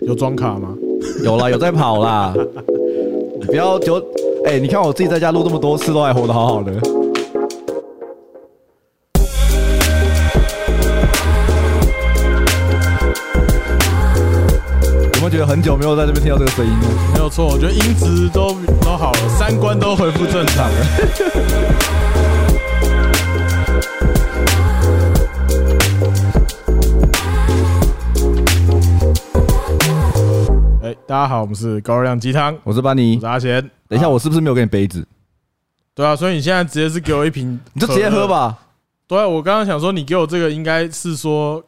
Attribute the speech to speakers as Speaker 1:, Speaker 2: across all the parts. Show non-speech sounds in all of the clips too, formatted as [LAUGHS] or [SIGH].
Speaker 1: 有装卡吗？
Speaker 2: 有啦，有在跑啦。你不要就哎、你看我自己在家录这么多次，都还活得好好的。有没有觉得很久没有在这边听到这个声音呢？
Speaker 1: 没有错，我觉得音质都都好了，三观都恢复正常了。 [LAUGHS] 哎，大家好，我们是高热量鸡汤，
Speaker 2: 我是班
Speaker 1: 我
Speaker 2: 尼
Speaker 1: 是。阿贤。
Speaker 2: 等一下，我是不是没有给你杯子？
Speaker 1: 对啊，所以你现在直接是给我一瓶，
Speaker 2: 你就直接喝。吧。
Speaker 1: 对啊，我刚刚想说，你给我这个应该是说，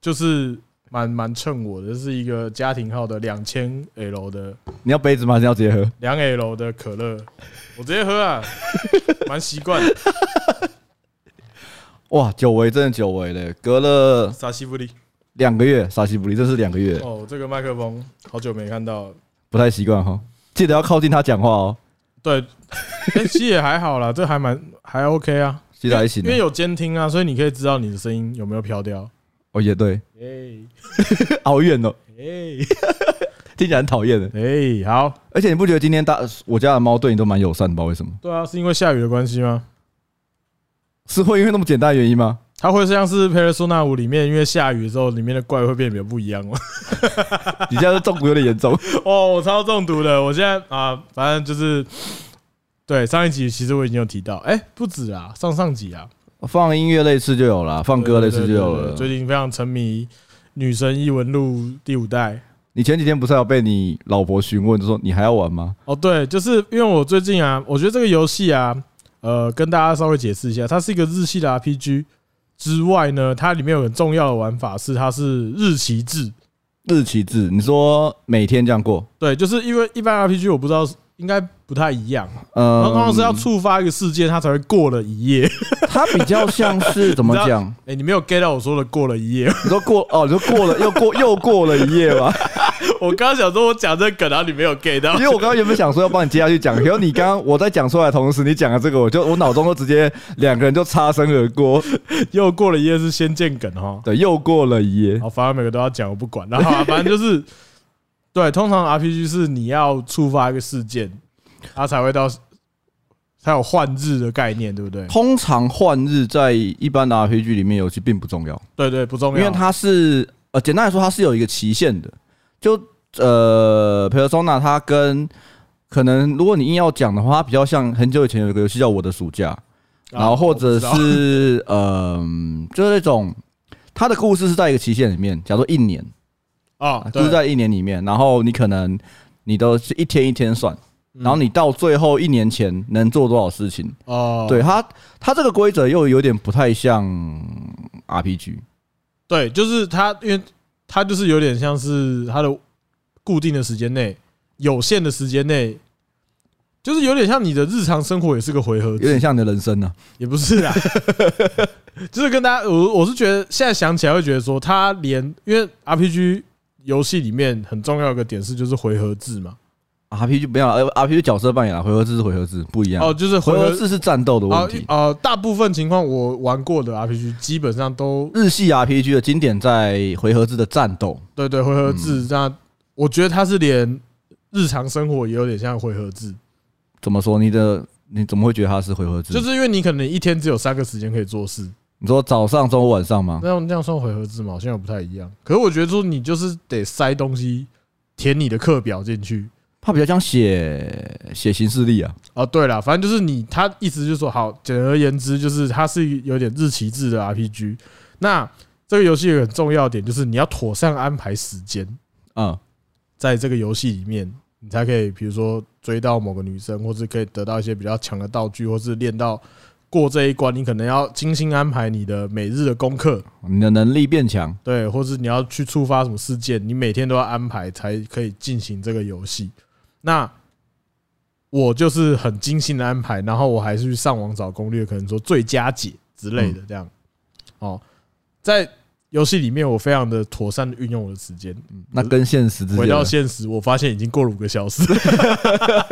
Speaker 1: 就是蛮蛮衬我的，是一个家庭号的两千 L 的
Speaker 2: 你要杯子吗？还是要直接喝？
Speaker 1: 两 L 的可乐，我直接喝 [LAUGHS] 啊，蛮习惯。
Speaker 2: 哇，久违，真的久违了，隔了
Speaker 1: 沙西弗利，
Speaker 2: 两个月，傻西不离，真是两个月，
Speaker 1: 哦，这个麦克风好久没看到了。
Speaker 2: 不太习惯哈。记得要靠近他讲话哦，
Speaker 1: 对，哎，其实也还好啦，这还蛮还 OK 啊，
Speaker 2: 记得还行
Speaker 1: 因。为有监听啊，所以你可以知道你的声音有没有飘掉。
Speaker 2: 哦，也对，
Speaker 1: 哎
Speaker 2: 好远哦，
Speaker 1: 哎
Speaker 2: [LAUGHS] 听起来很讨厌的。
Speaker 1: 哎，好，
Speaker 2: 而且你不觉得今天大我家的猫对你都蛮友善的，不知道为什么？
Speaker 1: 对啊，是因为下雨的关系吗？
Speaker 2: 是会因为那么简单的原因吗？
Speaker 1: 它会像是《佩尔苏纳五》里面，因为下雨之后，里面的怪会变得不一样吗？
Speaker 2: 你家的中毒有点严重，
Speaker 1: [LAUGHS]
Speaker 2: [LAUGHS]
Speaker 1: 哦，我超中毒的，我现在啊，反正就是，对上一集其实我已经有提到，哎，不止啊，上上集啊，
Speaker 2: 放音乐类似就有了，放歌类似就
Speaker 1: 对
Speaker 2: 有
Speaker 1: 对对对
Speaker 2: 了。
Speaker 1: 最近非常沉迷《女神异闻录》第五代。
Speaker 2: 你前几天不是还有被你老婆询问，就说你还要玩吗？
Speaker 1: 哦，对，就是因为我最近啊，我觉得这个游戏啊，呃，跟大家稍微解释一下，它是一个日系的 RPG 之外呢，它里面有很重要的玩法是它是日期制，
Speaker 2: 日期制，你说每天这样过，
Speaker 1: 对，就是因为一般 RPG 我不知道应该不太一样，它
Speaker 2: 呃
Speaker 1: 通，常是要触发一个事件，它才会过了一夜。 [LAUGHS]
Speaker 2: 它比较像是怎么
Speaker 1: 你知道 [LAUGHS]
Speaker 2: 讲？
Speaker 1: 哎，你没有 get 到我说的过了一夜， [LAUGHS]
Speaker 2: 你说过哦，你说过了又过又过了一夜吧？
Speaker 1: 我刚刚想说我讲这个梗，然后你没有 get 到
Speaker 2: [LAUGHS] 因。为我刚刚原本想说要帮你接下去讲，结果你刚刚我在讲出来的同时，你讲了这个，我就我脑中都直接两个人就擦身而过，
Speaker 1: 又过了一夜是仙剑梗哈，
Speaker 2: 对，又过了一夜。
Speaker 1: 好，反正每个都要讲，我不管。然后、啊反正就是，对，通常 RPG 是你要触发一个事件，它才会到，才有换日的概念，对不对？
Speaker 2: 通常换日在一般的 RPG 里面，尤其并不重要，
Speaker 1: 对对，不重
Speaker 2: 因
Speaker 1: 要，啊
Speaker 2: 为它是呃，简单来说，它是有一个期限的。就呃，Persona 它跟可能如果你硬要讲的话，它比较像很久以前有一个游戏叫《我的暑假》，然后或
Speaker 1: 啊啊
Speaker 2: 者
Speaker 1: 我不知道
Speaker 2: 是 [LAUGHS] 嗯、就是那种它的故事是在一个期限里面，假如说一年，
Speaker 1: 哦，
Speaker 2: 就是
Speaker 1: 对，
Speaker 2: 啊在一年里面，然后你可能你都是一天一天算，
Speaker 1: 嗯
Speaker 2: 然后你到最后一年前能做多少事情，
Speaker 1: 哦，
Speaker 2: 对它，它这个规则又有点不太像 RPG，
Speaker 1: 对，就是它，因为它就是有点像是它的固定的时间内，有限的时间内。就是有点像你的日常生活，也是个回合
Speaker 2: 有
Speaker 1: 制，
Speaker 2: 点像你的人生呢、
Speaker 1: 也不
Speaker 2: [LAUGHS]
Speaker 1: 是啊，就是跟大家，我我是觉得现在想起来会觉得说，他连因为 RPG 游戏里面很重要一个点是就是回合制嘛，
Speaker 2: RPG 不要呃，RPG 角色扮演啊，回合制是回合制，不一样。
Speaker 1: 哦，就是
Speaker 2: 回
Speaker 1: 回合
Speaker 2: 合制是战斗的问
Speaker 1: 啊
Speaker 2: 题。
Speaker 1: 呃，大部分情况我玩过的 RPG 基本上都
Speaker 2: 日系 RPG 的经典在回合制的战斗，
Speaker 1: 对对回合
Speaker 2: 嗯
Speaker 1: 制，那我觉得他是连日常生活也有点像回合制，
Speaker 2: 怎么说？你的你怎么会觉得它是嗯回合制？
Speaker 1: 就是因为你可能一天只有三个时间可以做事，
Speaker 2: 你说早上、中午、晚上吗？
Speaker 1: 那样那样算回合制吗？好像也不太一样。可是我觉得说你就是得塞东西填你的课表进去，
Speaker 2: 它比较像写写行事历啊。
Speaker 1: 哦，对了，反正就是你，他意思就是说，好，简而言之，就是它是有点日期制的 RPG。那这个游戏有个很重要的点，就是你要妥善安排时间，
Speaker 2: 嗯，
Speaker 1: 在这个游戏里面，你才可以，比如说追到某个女生，或是可以得到一些比较强的道具，或是练到过这一关，你可能要精心安排你的每日的功课，
Speaker 2: 你的能力变强，
Speaker 1: 对，或是你要去触发什么事件，你每天都要安排才可以进行这个游戏。那我就是很精心的安排，然后我还是去上网找攻略，可能说最佳解之类的这样。哦，在游戏里面，我非常的妥善的运用我的时间。
Speaker 2: 那跟现实之
Speaker 1: 回
Speaker 2: 间
Speaker 1: 到
Speaker 2: 的，
Speaker 1: 现实，我发现已经过了五个小时。 [LAUGHS]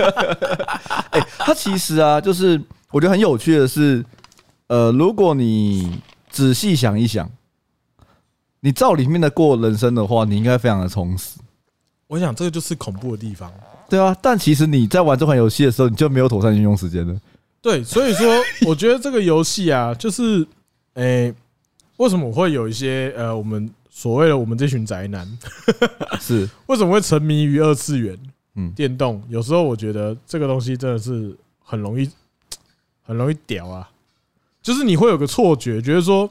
Speaker 2: 哎它其实啊，就是我觉得很有趣的是，呃，如果你仔细想一想，你照里面的过人生的话，你应该非常的充实。
Speaker 1: 我想这个就是恐怖的地方。
Speaker 2: 对啊，但其实你在玩这款游戏的时候，你就没有妥善运用时间了。
Speaker 1: 对，所以说我觉得这个游戏啊，就是诶、为什么会有一些呃，我们所谓的我们这群宅男，
Speaker 2: 是，
Speaker 1: 为什么会沉迷于二次元？
Speaker 2: 嗯
Speaker 1: 电动有时候我觉得这个东西真的是很容易，很容易屌啊！就是你会有个错觉，觉得说，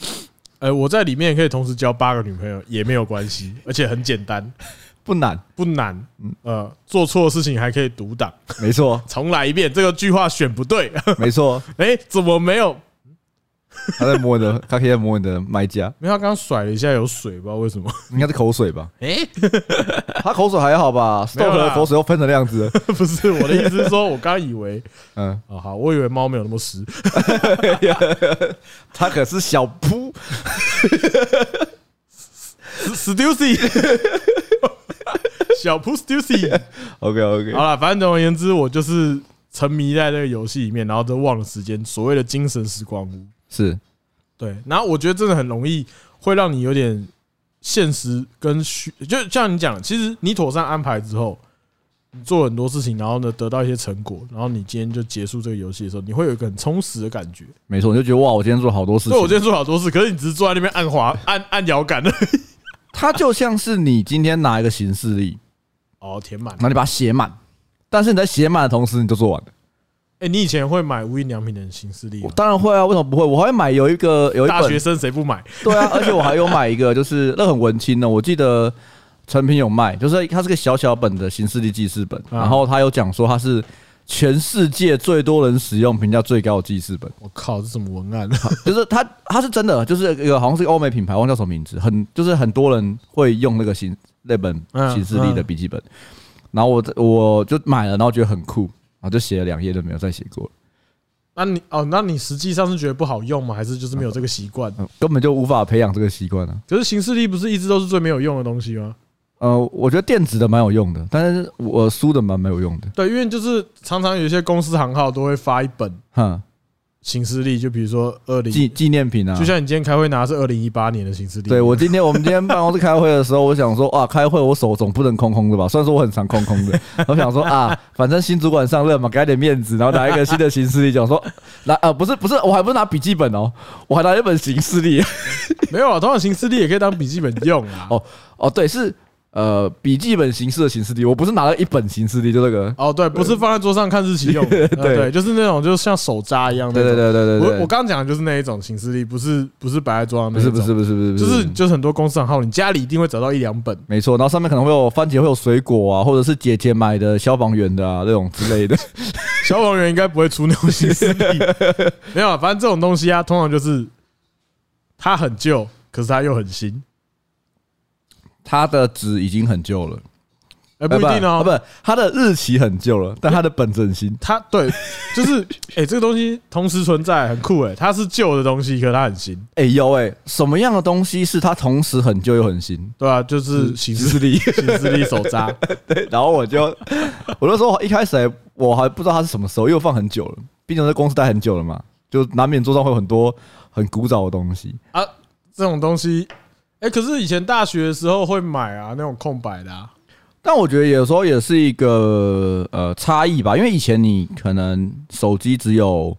Speaker 1: [SNIFFS] 呃，我在里面可以同时交八个女朋友也没有关
Speaker 2: [LAUGHS]
Speaker 1: 系，而且很简单，
Speaker 2: 不难，
Speaker 1: 不难
Speaker 2: 嗯。
Speaker 1: 呃，做错事情还可以独挡，
Speaker 2: 没错，
Speaker 1: 重来一遍，这个句话选不对。 [LAUGHS]
Speaker 2: 没错，
Speaker 1: 哎，怎么没有？
Speaker 2: 他在摸你的，他可以在摸你的卖家，
Speaker 1: 没有，他刚刚甩了一下有水，不知道为什么。
Speaker 2: 应该是口水吧？
Speaker 1: 哎，
Speaker 2: 他口水还好吧
Speaker 1: 没有
Speaker 2: ？Stoke
Speaker 1: 啦
Speaker 2: 的口水又喷成那样子了，
Speaker 1: [LAUGHS] 不是我的意思是说，我刚以为
Speaker 2: 嗯，
Speaker 1: 啊，好，我以为猫没有那么湿。
Speaker 2: [LAUGHS] 他可是小扑，
Speaker 1: Stussy，小铺 Stussy。
Speaker 2: OK OK，
Speaker 1: 好了，反正总而言之，我就是沉迷在这个游戏里面，然后都忘了时间，所谓的精神时光屋。
Speaker 2: 是
Speaker 1: 对，然后我觉得真的很容易会让你有点现实跟虚，就像你讲的，其实你妥善安排之后，你做很多事情，然后呢得到一些成果，然后你今天就结束这个游戏的时候，你会有一个很充实的感觉。
Speaker 2: 没错，你就觉得哇，我今天做了好多事
Speaker 1: 所以我
Speaker 2: 情
Speaker 1: 今。天做好多事，可是你只是坐在那边按滑按按摇杆 [LAUGHS]
Speaker 2: 它就像是你今天拿一个行事历，
Speaker 1: 哦，填满
Speaker 2: 然。后你把它写满，但是你在写满的同时，你就做完了。
Speaker 1: 哎，你以前会买无印良品的行事历吗
Speaker 2: 我？当然会啊，为什么不会？我还会买有一个有一
Speaker 1: 大学
Speaker 2: 本，
Speaker 1: 生谁不买？
Speaker 2: [LAUGHS] 对啊，而且我还有买一个，就是那很文青的，我记得成品有卖，就是它是个小小本的行事历记事本，
Speaker 1: 啊
Speaker 2: 然后它有讲说它是全世界最多人使用、评价最高的记事本，
Speaker 1: 我靠，这什么文案？
Speaker 2: 就是它它是真的，就是一个好像是一个欧美品牌，忘记叫什么名字，很就是很多人会用那个行那本
Speaker 1: 嗯
Speaker 2: 行事历的笔记本，然后我我就买了，然后觉得很酷，然后就写了两页就没有再写过了，
Speaker 1: 那你哦，那你实际上是觉得不好用吗？还是就是没有这个习
Speaker 2: [LAUGHS]
Speaker 1: 惯？
Speaker 2: 嗯根本就无法培养这个习惯啊。
Speaker 1: 可是行事历不是一直都是最没有用的东西吗？
Speaker 2: 呃，我觉得电子的蛮有用的，但是我书的蛮没有用的。
Speaker 1: 对，因为就是常常有一些公司行号都会发一本
Speaker 2: 哼，
Speaker 1: 行事历，就比如说二零，
Speaker 2: 纪纪念品啊
Speaker 1: 就，像你今天开会拿的是二零一八年的行事历，
Speaker 2: 对我今天我们今天办公室开会的时候，我想说啊，开会我手总不能空空的吧？虽然说我很常空空
Speaker 1: [LAUGHS]
Speaker 2: 的，我想说啊，反正新主管上任嘛，给他点面子，然后拿一个新的行事历，讲说拿啊，不是不是，我还不是拿笔记本哦，我还拿一本行事历。 [LAUGHS]
Speaker 1: 没有啊，通常行事历也可以当笔记本用啊。
Speaker 2: 哦哦，对，是呃笔记本形式的行事历，我不是拿了一本行事历，就这个。
Speaker 1: 哦，对，不是放在桌上看日期用的，
Speaker 2: [LAUGHS]
Speaker 1: 呃
Speaker 2: 对
Speaker 1: 对，就是那种就是像手札一样
Speaker 2: 对
Speaker 1: 那
Speaker 2: 对
Speaker 1: 种。
Speaker 2: 对对对对，
Speaker 1: 我我刚刚讲的就是那一种行事历，不是不是摆在桌上
Speaker 2: 不
Speaker 1: 那一
Speaker 2: 是
Speaker 1: 种，
Speaker 2: 不是不是不是不
Speaker 1: 就是就是很多公司行号，你家里一定会找到一两本。
Speaker 2: 没错，然后上面可能会有番茄，会有水果啊，或者是姐姐买的消防员的啊那种之类的。 [LAUGHS]
Speaker 1: 消防员应该不会出那种新势 [LAUGHS] 力，没有啊，反正这种东西啊，通常就是它很旧，可是它又很新，
Speaker 2: 它的纸已经很旧了，
Speaker 1: 哎，不一定
Speaker 2: 啊哎
Speaker 1: 哦，
Speaker 2: 不，它的日期很旧了，但它的本子很新。
Speaker 1: 它对， [LAUGHS] 就是哎，这个东西同时存在，很酷哎，它是旧的东西，可它很新，
Speaker 2: 哎、有哎、什么样的东西是它同时很旧又很新？
Speaker 1: 对吧？就是形式
Speaker 2: 力。
Speaker 1: 形式力手 [LAUGHS] 札，
Speaker 2: 对， [LAUGHS] 然后我就， [LAUGHS] 我那时候一开始还我还不知道它是什么时候，因为我放很久了，毕竟我在公司待很久了嘛，就难免桌上会有很多很古早的东西。
Speaker 1: 这种东西，哎，可是以前大学的时候会买啊，那种空白的啊，
Speaker 2: 但我觉得有时候也是一个呃差异吧，因为以前你可能手机只有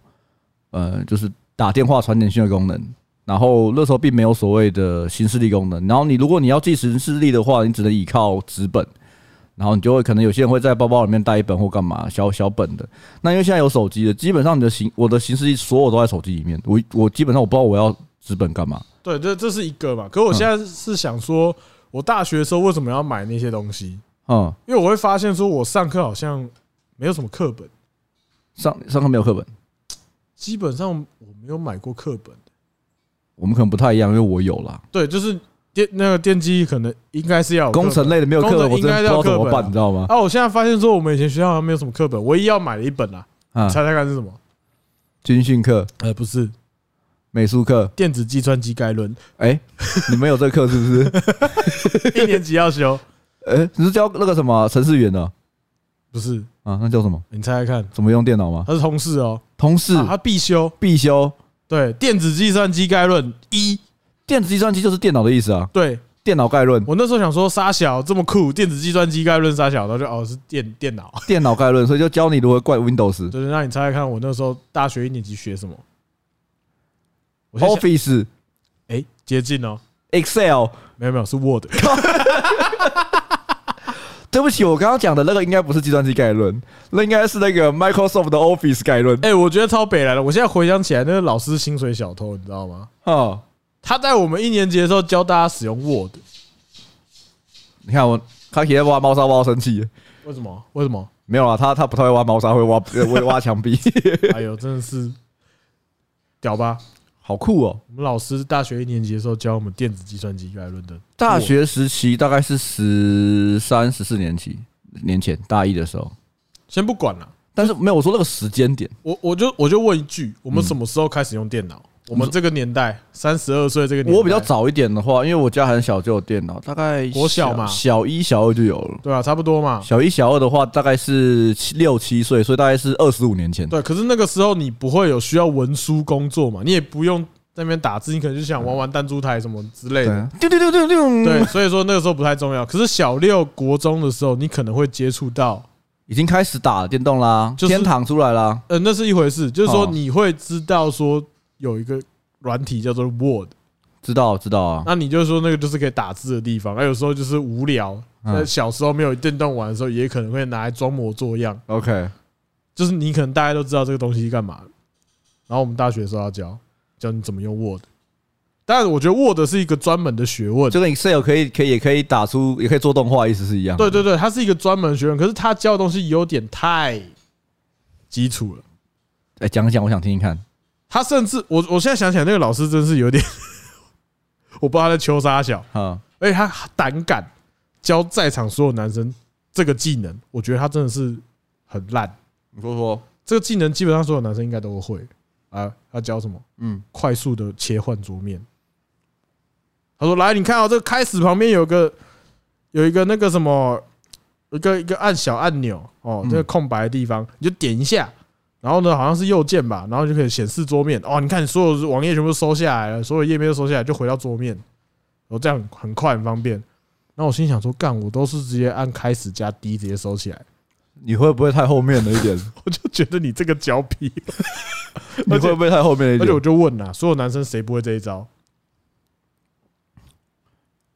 Speaker 2: 呃就是打电话传简讯的功能，然后那时候并没有所谓的行事历功能。然后你如果你要记行事历的话，你只能依靠纸本，然后你就会可能有些人会在包包里面带一本或干嘛小小本的。那因为现在有手机了，基本上你的行我的行事历所有都在手机里面，我我基本上我不知道我要纸本干嘛。
Speaker 1: 对，这这是一个嘛。可我现在是想说，我大学的时候为什么要买那些东西？
Speaker 2: 嗯，
Speaker 1: 因为我会发现说，我上课好像没有什么课本。
Speaker 2: 上上课没有课本，
Speaker 1: 基本上我没有买过课本。
Speaker 2: 我们可能不太一样，因为我有啦。
Speaker 1: 对，就是电那个电机可能应该是要有课本
Speaker 2: 哦工程。类的没有课
Speaker 1: 工
Speaker 2: 本，
Speaker 1: 程
Speaker 2: 我真的不知道怎么办，你知道吗？
Speaker 1: 啊，我现在发现说我们以前学校好像没有什么课本，唯一要买的一本啊，
Speaker 2: 啊，
Speaker 1: 猜猜看是什么？
Speaker 2: 军训课、
Speaker 1: 呃，不是《
Speaker 2: 美术课，
Speaker 1: 电子计算机概论
Speaker 2: 哎， [LAUGHS] 你们有这课是不是？》， [LAUGHS]
Speaker 1: 一年级要修，
Speaker 2: 哎，你是教那个什么程序员的
Speaker 1: 不是？
Speaker 2: 啊？那叫什么？
Speaker 1: 你猜猜看，
Speaker 2: 怎么用电脑吗？
Speaker 1: 它是通识哦，
Speaker 2: 同事
Speaker 1: 啊它必修。
Speaker 2: 必修，
Speaker 1: 对，《电子计算机概论》一，
Speaker 2: 电子计算机就是电脑的意思啊。
Speaker 1: 对，
Speaker 2: 电脑概论， [LAUGHS]
Speaker 1: 我那时候想说沙小这么酷，电子计算机概论沙小，然后就哦是电电脑，
Speaker 2: 电脑概论，所以就教你如何怪 Windows、
Speaker 1: 就是让你猜猜看，我那时候大学一年级学什么？我先想，
Speaker 2: Office、
Speaker 1: 哎，接近哦，
Speaker 2: Excel。
Speaker 1: 没有没有是 Word，
Speaker 2: 对不起，我刚刚讲的那个应该不是计算机概论，那应该是那个 Microsoft 的 Office 概论。
Speaker 1: [LAUGHS] 哎，我觉得超北来了。我现在回想起来，那个老师是薪水小偷，你知道吗？
Speaker 2: 哦，
Speaker 1: 他在我们一年级的时候教大家使用 Word，
Speaker 2: 你看我，他起在挖猫砂挖到生气了，
Speaker 1: 为什么？为什 [LAUGHS] 么？
Speaker 2: 没有啊，他他不太会挖猫砂，会挖会挖墙壁，
Speaker 1: 哎呦，真的是屌吧！
Speaker 2: 好酷哦！
Speaker 1: 我们老师大学一年级的时候教我们电子计算机概论的，
Speaker 2: 大学时期大概是十三、十四年级年前大一的时候，
Speaker 1: 先不管了。
Speaker 2: 但是没有我说那个时间点，
Speaker 1: 我我就我就问一句，我们什么时候开始用电脑？我们这个年代，三十二岁这个年代，
Speaker 2: 我比较早一点的话，因为我家很小就有电脑，大概
Speaker 1: 国小嘛
Speaker 2: 小一、小二就有了。
Speaker 1: 对啊，差不多嘛。
Speaker 2: 小一、小二的话，大概是七六七岁，所以大概是二十五年前。
Speaker 1: 对，可是那个时候你不会有需要文书工作嘛，你也不用在那边打字，你可能就想玩玩弹珠台什么之类的。
Speaker 2: 啊，丢丢丢丢丢，
Speaker 1: 对，，所以说那个时候不太重要。可是小六国中的时候，你可能会接触到，
Speaker 2: 已经开始打电动啦，
Speaker 1: 就是
Speaker 2: 天堂出来啦。
Speaker 1: 呃，那是一回事，就是说
Speaker 2: 哦
Speaker 1: 你会知道说有一个软体叫做 Word，
Speaker 2: 知道知道啊，
Speaker 1: 那你就说那个就是可以打字的地方。啊而有时候就是无聊，
Speaker 2: 嗯
Speaker 1: 那小时候没有电动玩的时候，也可能会拿来装模作样。
Speaker 2: OK，
Speaker 1: 就是你可能大家都知道这个东西干嘛，然后我们大学的时候要教教你怎么用 Word，但我觉得 Word 是一个专门的学问，
Speaker 2: 就跟 Excel 可以可以也可以打出，也可以做动画，意思是一样。
Speaker 1: 对，对对，它是一个专门的学问，可是它教的东西有点太基础了，
Speaker 2: 哎，讲一讲，我想听听看。
Speaker 1: 他甚至我我现在想起来那个老师真是有点， [LAUGHS] 我不知道他在求啥小，
Speaker 2: 哈，
Speaker 1: 而且他胆敢教在场所有男生这个技能，我觉得他真的是很烂，
Speaker 2: 你说说，
Speaker 1: 这个技能基本上所有男生应该都会啊，他教什么？
Speaker 2: 嗯，
Speaker 1: 快速的切换桌面。他说：“来，你看哦，这个开始旁边有个有一个那个什么，一个一个按小按钮哦，
Speaker 2: 嗯
Speaker 1: 这个空白的地方你就点一下，然后呢好像是右键吧，然后就可以显示桌面哦。你看所有网页全部都收下来了，所有页面都收下来，就回到桌面，然后这样很快很方便。然后我心想说，干，我都是直接按开始加 D 直接收起来， [LAUGHS]
Speaker 2: 你会不会太后面了一点？
Speaker 1: 我就觉得你这个脚皮，
Speaker 2: 你会不会太后面了
Speaker 1: [LAUGHS]
Speaker 2: 一
Speaker 1: 而且我
Speaker 2: 点？
Speaker 1: 就问啦，所有男生谁不会这一招？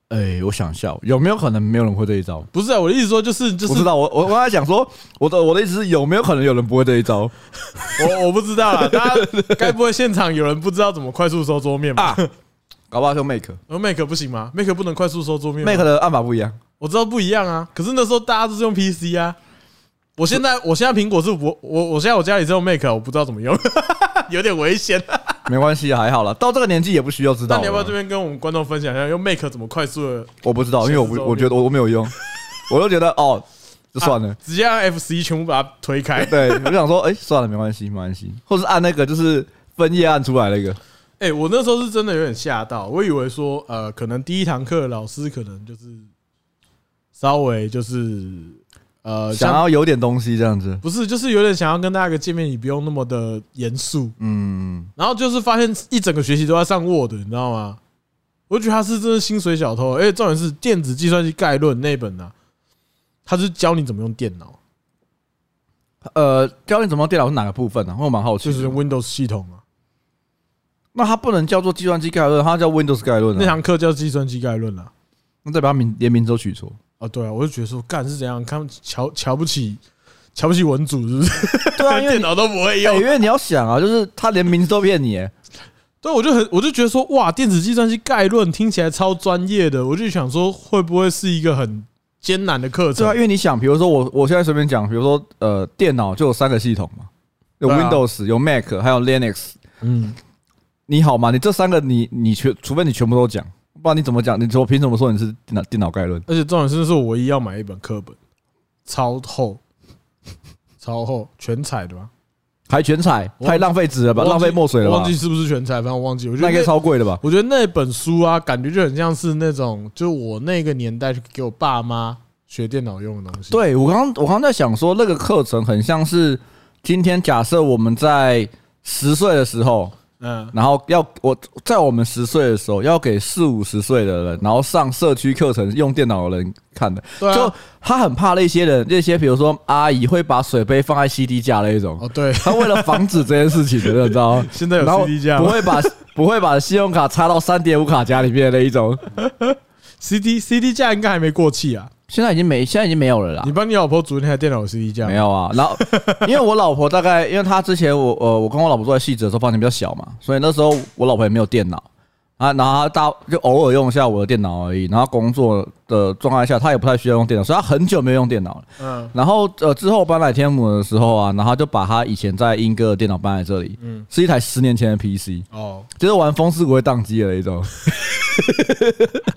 Speaker 2: 哎，我想一下，有没有可能没有人会这一招？
Speaker 1: 不是啊，我的意思说就是就
Speaker 2: 不
Speaker 1: 是
Speaker 2: 知道，我我我刚才讲说，我的我的意思是有没有可能有人不会这一招
Speaker 1: 我我不知道
Speaker 2: [LAUGHS]
Speaker 1: 啦，大家该不会现场有人不知道怎么快速收桌面吧？
Speaker 2: 啊？ [LAUGHS] 搞不好就 make
Speaker 1: 而 Make 不行吗？Make 不能快速收桌面吗
Speaker 2: make 的按法不一样，
Speaker 1: 我知道不一样啊，可是那时候大家都是用 PC 啊。我现在我现在苹果是我我我现在我家里只有 Make，我不知道怎么用， [LAUGHS] 有点危险。
Speaker 2: 没关系，啊还好啦。到这个年纪也不需要知
Speaker 1: 那
Speaker 2: 道了。
Speaker 1: 你要不要这边跟我们观众分享一下用 Make 怎么快速的？
Speaker 2: 我不知道，因为我不
Speaker 1: 现实，中
Speaker 2: 我觉得我我没有用，我就觉得哦，就算了。
Speaker 1: 直接按 F 1全部把它推开。
Speaker 2: [LAUGHS] 对，我就想说，哎、算了，没关系，没关系，或是按那个就是分页按出来那个，
Speaker 1: 哎、我那时候是真的有点吓到，我以为说呃，可能第一堂课老师可能就是稍微就是呃
Speaker 2: 想要有点东西这样子。
Speaker 1: 不是，就是有点想要跟大家个见面，你不用那么的严肃。
Speaker 2: 嗯，
Speaker 1: 然后就是发现一整个学期都在上 Word，你知道吗？我觉得他是真的薪水小偷，而且重点是《电子计算机概论》那本啊，他是教你怎么用电脑，
Speaker 2: 啊呃，教你怎么用电脑是哪个部分呢、啊？我蛮好奇
Speaker 1: 就
Speaker 2: 的。
Speaker 1: 是 Windows 系统啊。
Speaker 2: 那它不能叫做计算机概论，它叫 Windows 概论、
Speaker 1: 那
Speaker 2: 啊。
Speaker 1: 堂课叫《计算机概论》啊。
Speaker 2: 那再把它名连名字都取错，
Speaker 1: 啊，对啊，我就觉得说，干是怎样，看瞧瞧不起，瞧不起文组是不是？
Speaker 2: 对啊，因为
Speaker 1: [LAUGHS] 电
Speaker 2: 你、
Speaker 1: 脑都不会
Speaker 2: 哎
Speaker 1: 用
Speaker 2: 因。为你要想啊，就是他连名字都骗
Speaker 1: [LAUGHS]
Speaker 2: 你、哎
Speaker 1: 对，我就很，我就觉得说，哇，电子计算机概论听起来超专业的，我就想说，会不会是一个很艰难的课程？
Speaker 2: 对啊，因为你想，比如说我我现在随便讲，比如说呃，电脑就有三个系统嘛，有
Speaker 1: 对啊
Speaker 2: Windows，、有 Mac，还有 Linux。
Speaker 1: 嗯，
Speaker 2: 你好吗？你这三个你你全，除非你全部都讲，不然你怎么讲？你说凭什么说你是电脑电脑概论？
Speaker 1: 而且重点是，是我唯一要买一本课本，超厚，超厚，全彩的吧？
Speaker 2: 还全彩，
Speaker 1: 我
Speaker 2: 太浪费纸了吧，
Speaker 1: 我忘
Speaker 2: 浪
Speaker 1: 记
Speaker 2: 费墨水了
Speaker 1: 我
Speaker 2: 吧
Speaker 1: 忘记？是不是全彩，反正我忘记。我觉
Speaker 2: 那
Speaker 1: 得
Speaker 2: 应该
Speaker 1: 那
Speaker 2: 超贵的吧？
Speaker 1: 我觉得那本书啊，感觉就很像是那种，就是我那个年代给我爸妈学电脑用的东西。，
Speaker 2: 对我刚我刚在想说，那个课程很像是今天假设我们在十岁的时候， [LAUGHS]
Speaker 1: 嗯，
Speaker 2: 然后要我在我们十岁的时候，要给四五十岁的人，然后上社区课程用电脑的人看的，
Speaker 1: 对
Speaker 2: 就
Speaker 1: 啊，
Speaker 2: 他很怕那些人，那些比如说阿姨会把水杯放在 CD 架那一种，
Speaker 1: 哦对，
Speaker 2: 他为了防止这件事情的，你知道 [LAUGHS] 吗？
Speaker 1: 现在有
Speaker 2: 然后
Speaker 1: CD 架
Speaker 2: 不
Speaker 1: 吗
Speaker 2: 会把不会把信用卡插到三点五卡夹里面的那一种，
Speaker 1: ，CD CD 架应该还没过气啊。
Speaker 2: 现在已经没现在已经没有了啦
Speaker 1: 你。帮你老婆组那台电脑有 CD 架吗
Speaker 2: 啊没？有啊，然后因为我老婆大概，因为她之前我呃我跟我老婆住在戏子的时候房间比较小嘛，所以那时候我老婆也没有电脑啊，然后她大就偶尔用一下我的电脑而已，然后工作的状态下她也不太需要用电脑，所以她很久没有用电脑了。
Speaker 1: 嗯，
Speaker 2: 然后呃之后搬来天母的时候啊，然后她就把她以前在英哥的电脑搬来这里，嗯，是一台十年前的 PC，
Speaker 1: 哦，
Speaker 2: 就是玩风之谷会宕机的那一种。 [LAUGHS]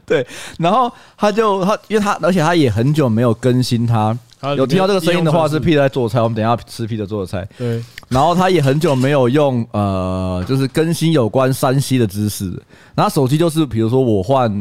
Speaker 2: 对，然后他就他，因为他，而且他也很久没有更新他
Speaker 1: 它里面
Speaker 2: 有听到这个声音的话，是
Speaker 1: 应用程式
Speaker 2: Peter 在做菜。我们等一下吃 Peter 做的菜。
Speaker 1: 对，
Speaker 2: 然后他也很久没有用呃，就是更新有关山西的知识。然后手机就是，比如说我换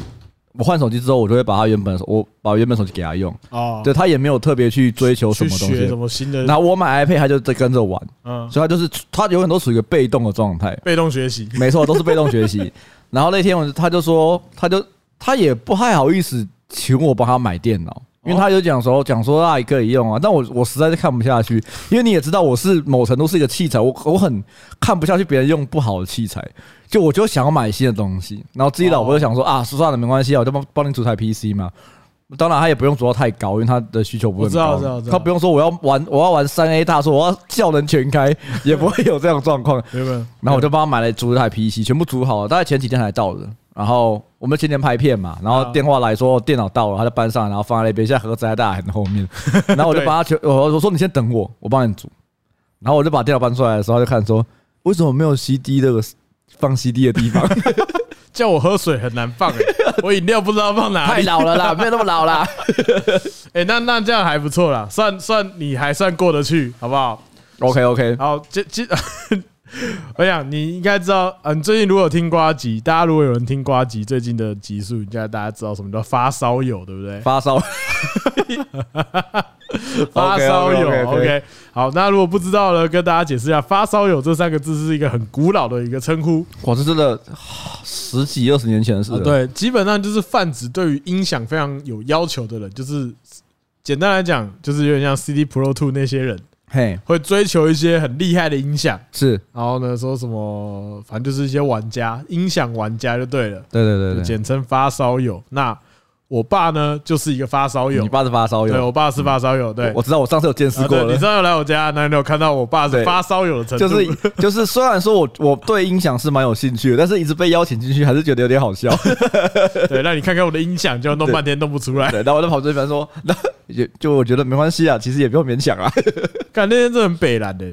Speaker 2: 我换手机之后，我就会把他原本我把原本手机给他用。
Speaker 1: 哦，
Speaker 2: 对他也没有特别去追求什
Speaker 1: 去
Speaker 2: 么东
Speaker 1: 学什
Speaker 2: 西。
Speaker 1: 么新的，
Speaker 2: 然后我买 iPad，他就在跟着玩，
Speaker 1: 嗯，
Speaker 2: 所以他就是他永远都处于一个被动的状态。
Speaker 1: 被动学习，
Speaker 2: 没错，都是被动学
Speaker 1: [LAUGHS]
Speaker 2: 习。然后那天我就他就说，他就他也不太好意思请我帮他买电脑，因为他有讲说讲说那也可以用啊，但我我实在是看不下去，因为你也知道我是某程度是一个器材，我我很看不下去别人用不好的器材，就我就想要买新的东西，然后自己老婆就想说
Speaker 1: 哦
Speaker 2: 啊，算了没关系啊，我就帮帮你组台 PC 嘛。当然，他也不用做到太高，因为他的需求不会
Speaker 1: 我
Speaker 2: 很
Speaker 1: 知道
Speaker 2: 高。
Speaker 1: 我知道我知道
Speaker 2: 他不用说我要玩，我要玩三 A 大作，我要效能全开，也不会有这种状况。
Speaker 1: 没有没有，
Speaker 2: 然后我就帮他买了组一台 PC，全部组好了，大概前几天才到的。然后我们前天拍片嘛，然后
Speaker 1: 啊
Speaker 2: 电话来说电脑到了，他就搬上来，然后放在那边，现在盒子还在大很后面。然后我就帮他全，我我说你先等我，我帮你组。然后我就把电脑搬出来的时候，他就看说为什么没有 CD 这个放 CD 的地方？
Speaker 1: 叫我喝水很难放，欸我饮料不知道放哪
Speaker 2: [LAUGHS] 太
Speaker 1: 里。
Speaker 2: 老了 [LAUGHS] 啦，没有那么老啦。
Speaker 1: 哎，那那这样还不错啦，算算你还算过得去，好不好？
Speaker 2: OK OK，
Speaker 1: 好，这这， [LAUGHS] 我想你应该知道，嗯，最近如果有听瓜集，大家如果有人听瓜集最近的集数，应该大家知道什么叫发烧友，对不对？
Speaker 2: 发 [LAUGHS] 烧。
Speaker 1: 发烧友
Speaker 2: OK，OK，OK，OK
Speaker 1: ，OK，好，那如果不知道呢，跟大家解释一下，发烧友这三个字是一个很古老的一个称呼，
Speaker 2: 哇，这真的十几二十年前的事
Speaker 1: 啊，
Speaker 2: 了。
Speaker 1: 对，基本上就是泛指对于音响非常有要求的人，就是简单来讲，就是有点像 CD Pro Two 那些人，
Speaker 2: 嘿，
Speaker 1: 会追求一些很厉害的音响，
Speaker 2: 是，
Speaker 1: 然后呢说什么，反正就是一些玩家，音响玩家就对了，
Speaker 2: 对对对对，
Speaker 1: 简称发烧友。那我爸呢，就是一个发烧友
Speaker 2: 你，爸是发烧
Speaker 1: 对
Speaker 2: 友，
Speaker 1: 我爸是发烧友，对。
Speaker 2: 我知道，我上次有见识
Speaker 1: 啊，
Speaker 2: 过
Speaker 1: 对，
Speaker 2: 了
Speaker 1: 你。上次来我家，那你有看到我爸是
Speaker 2: 对
Speaker 1: 发烧友的程度，
Speaker 2: 就是 [LAUGHS] 就是，虽然说我我对音响是蛮有兴趣的，但是一直被邀请进去，还是觉得有点好
Speaker 1: [LAUGHS]
Speaker 2: 笑。
Speaker 1: 对，让你看看我的音响，就弄半天弄不出来。
Speaker 2: 对，然后我就跑这边说， [LAUGHS] 那也就我觉得没关系啊，其实也不用勉强啊。
Speaker 1: 看那天真的很北蓝的、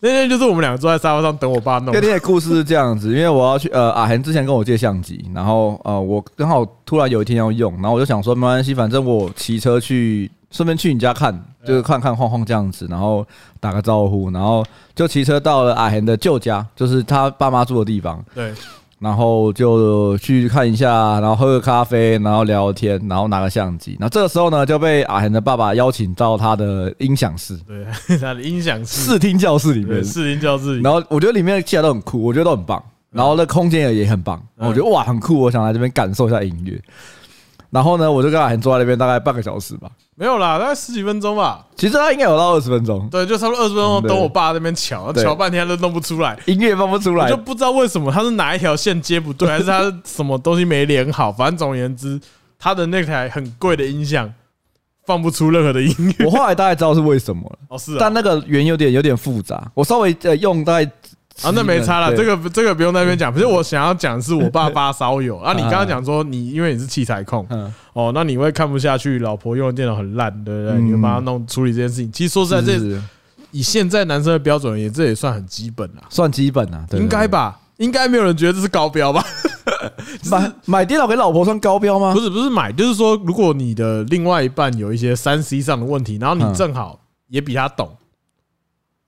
Speaker 1: 那天就是我们两个坐在沙发上等我爸弄
Speaker 2: 那。天的故事是这样子，因为我要去呃，阿恒之前跟我借相机，然后呃，我刚好突然有一天要用，然后我就想说没关系，反正我骑车去，顺便去你家看，
Speaker 1: 哎
Speaker 2: 就是看看晃晃这样子，然后打个招呼，然后就骑车到了阿恒的旧家，就是他爸妈住的地方。
Speaker 1: 对，
Speaker 2: 然后就去看一下，然后喝个咖啡，然后聊天，然后拿个相机。然后这个时候呢，就被阿恒的爸爸邀请到他的音响室、
Speaker 1: 对， [LAUGHS] 他的音响室，
Speaker 2: 视听教室里面
Speaker 1: 嗯对，。视听教室里，
Speaker 2: 然后我觉得里面的器材都很酷，我觉得都很棒，然后那空间也也很棒，
Speaker 1: 嗯
Speaker 2: 我觉得哇很酷，我想来这边感受一下音乐。然后呢，我就跟阿恒坐在那边大概半个小时吧，
Speaker 1: 没有啦，大概十几分钟吧。
Speaker 2: 其实他应该有到二十分钟，
Speaker 1: 对，就差不多二十分钟，
Speaker 2: 嗯对
Speaker 1: 等我爸那边瞧，
Speaker 2: 对
Speaker 1: 瞧半天都弄不出来，
Speaker 2: 音乐放不出
Speaker 1: 我
Speaker 2: 来
Speaker 1: 就，不知道为什么他是哪一条线接不对，还是他是什么东西没连好。反正总而言之，他的那台很贵的音响放不出任何的音乐。
Speaker 2: [LAUGHS] 我后来大概知道是为什么了，
Speaker 1: 哦，是啊
Speaker 2: 但，那个原因有点有点复杂，我稍微呃用大概
Speaker 1: 啊，那没差了，这
Speaker 2: 对
Speaker 1: 个这个不用在那边讲。可是我想要讲的是我爸发烧友啊，你刚刚讲说你因为你是器材控，
Speaker 2: 嗯
Speaker 1: 哦，那你会看不下去，老婆用的电脑很烂，对不对？
Speaker 2: 嗯
Speaker 1: 你会帮他弄处理这件事情。其实说实在，
Speaker 2: 是
Speaker 1: 这
Speaker 2: 是是
Speaker 1: 以现在男生的标准而言，这也算很基本啦，
Speaker 2: 算基本啊，对
Speaker 1: 应该？吧？应该没有人觉得这是高标吧？
Speaker 2: 对对买买电脑给老婆算高标吗
Speaker 1: [LAUGHS] 不？是不是买，就是说，如果你的另外一半有一些三 C 上的问题，然后你
Speaker 2: 嗯
Speaker 1: 正好也比他懂，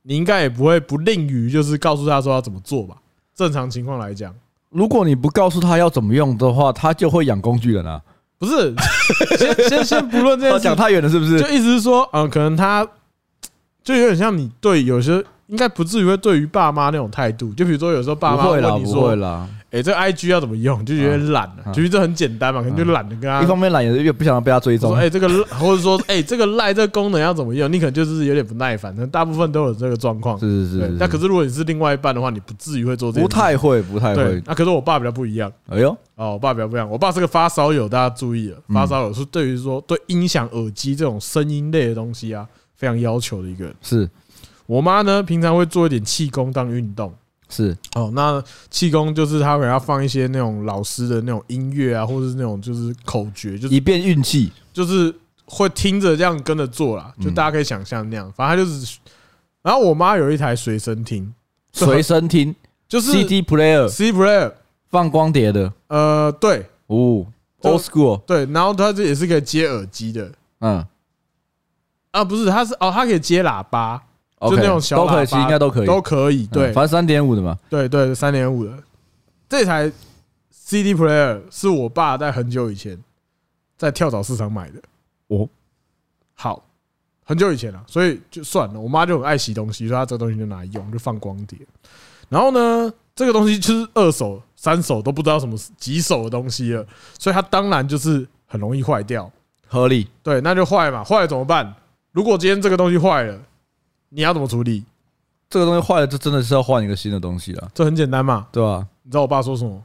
Speaker 1: 你应该也不会不吝于就是告诉他说要怎么做吧？正常情况来讲，
Speaker 2: 如果你不告诉他要怎么用的话，他就会养工具人啊。
Speaker 1: 不是先先先不论这件
Speaker 2: 要
Speaker 1: 事呃
Speaker 2: 讲太远了，是不是
Speaker 1: 就？意思是说，嗯，可能他就有点像你对有些应该不至于会对于爸妈那种态度。就比如说有时候爸妈
Speaker 2: 不会啦，
Speaker 1: 问你
Speaker 2: 不会
Speaker 1: 说
Speaker 2: 啦。：“
Speaker 1: 哎，这 I G 要怎么用？”就觉得懒了，
Speaker 2: 嗯
Speaker 1: 其实这很简单嘛，可能就懒得跟他
Speaker 2: 一方面懒，也是越不想要被他追
Speaker 1: 啊说：“
Speaker 2: 踪。
Speaker 1: 哎，这个 [LAUGHS] 或者说哎，这个赖这个功能要怎么用？”你可能就是有点不耐烦，但大部分都有这个状况。
Speaker 2: 是是
Speaker 1: 对
Speaker 2: 是，是，
Speaker 1: 那可是如果你是另外一半的话，你不至于会做这
Speaker 2: 不
Speaker 1: 件事情
Speaker 2: 太会，不太
Speaker 1: 对
Speaker 2: 会。。
Speaker 1: 那可是我爸比较不一样。
Speaker 2: 哎呦，
Speaker 1: 哦，我爸比较不一样，我爸是个发烧友，大家注意
Speaker 2: 嗯
Speaker 1: 了，发烧友是对于说对音响、耳机这种声音类的东西啊，非常要求的一个人。
Speaker 2: 是
Speaker 1: 我妈呢，平常会做一点气功当运动。
Speaker 2: 是，
Speaker 1: 哦，那气功就是她可能要放一些那种老师的那种音乐啊，或者是那种就是口诀，就是
Speaker 2: 一遍运气。
Speaker 1: 就是会听着这样跟着做啦，就
Speaker 2: 嗯
Speaker 1: 大家可以想象那样。反正她就是，然后我妈有一台随身听，这很
Speaker 2: 随身听
Speaker 1: 就是
Speaker 2: CD player
Speaker 1: C player，
Speaker 2: 放光碟的，
Speaker 1: 呃，对
Speaker 2: 哦
Speaker 1: 这
Speaker 2: ，old school，
Speaker 1: 对，然后它这也是可以接耳机的。
Speaker 2: 嗯
Speaker 1: 啊，不是，它是哦，它可以接喇叭，
Speaker 2: ，OK，
Speaker 1: 那种小
Speaker 2: 都可
Speaker 1: 喇
Speaker 2: 以，其实应
Speaker 1: 叭
Speaker 2: 该都可以，
Speaker 1: 都可以。对
Speaker 2: 嗯，反正三点五的嘛，
Speaker 1: 对对，三点五的这台 CD player 是我爸在很久以前在跳蚤市场买的。
Speaker 2: 哦，
Speaker 1: 好，很久以前了，所以就算了。我妈就很爱洗东西，所以她这个东西就拿来用，就放光碟。然后呢，这个东西就是二手、三手都不知道什么几手的东西了，所以它当然就是很容易坏掉。
Speaker 2: 合理。
Speaker 1: 对，那就坏嘛，坏了怎么办？如果今天这个东西坏了，你要怎么处理？
Speaker 2: 这个东西坏了，就真的是要换一个新的东西了，
Speaker 1: 这很简单嘛。
Speaker 2: 对吧？
Speaker 1: 你知道我爸说什么？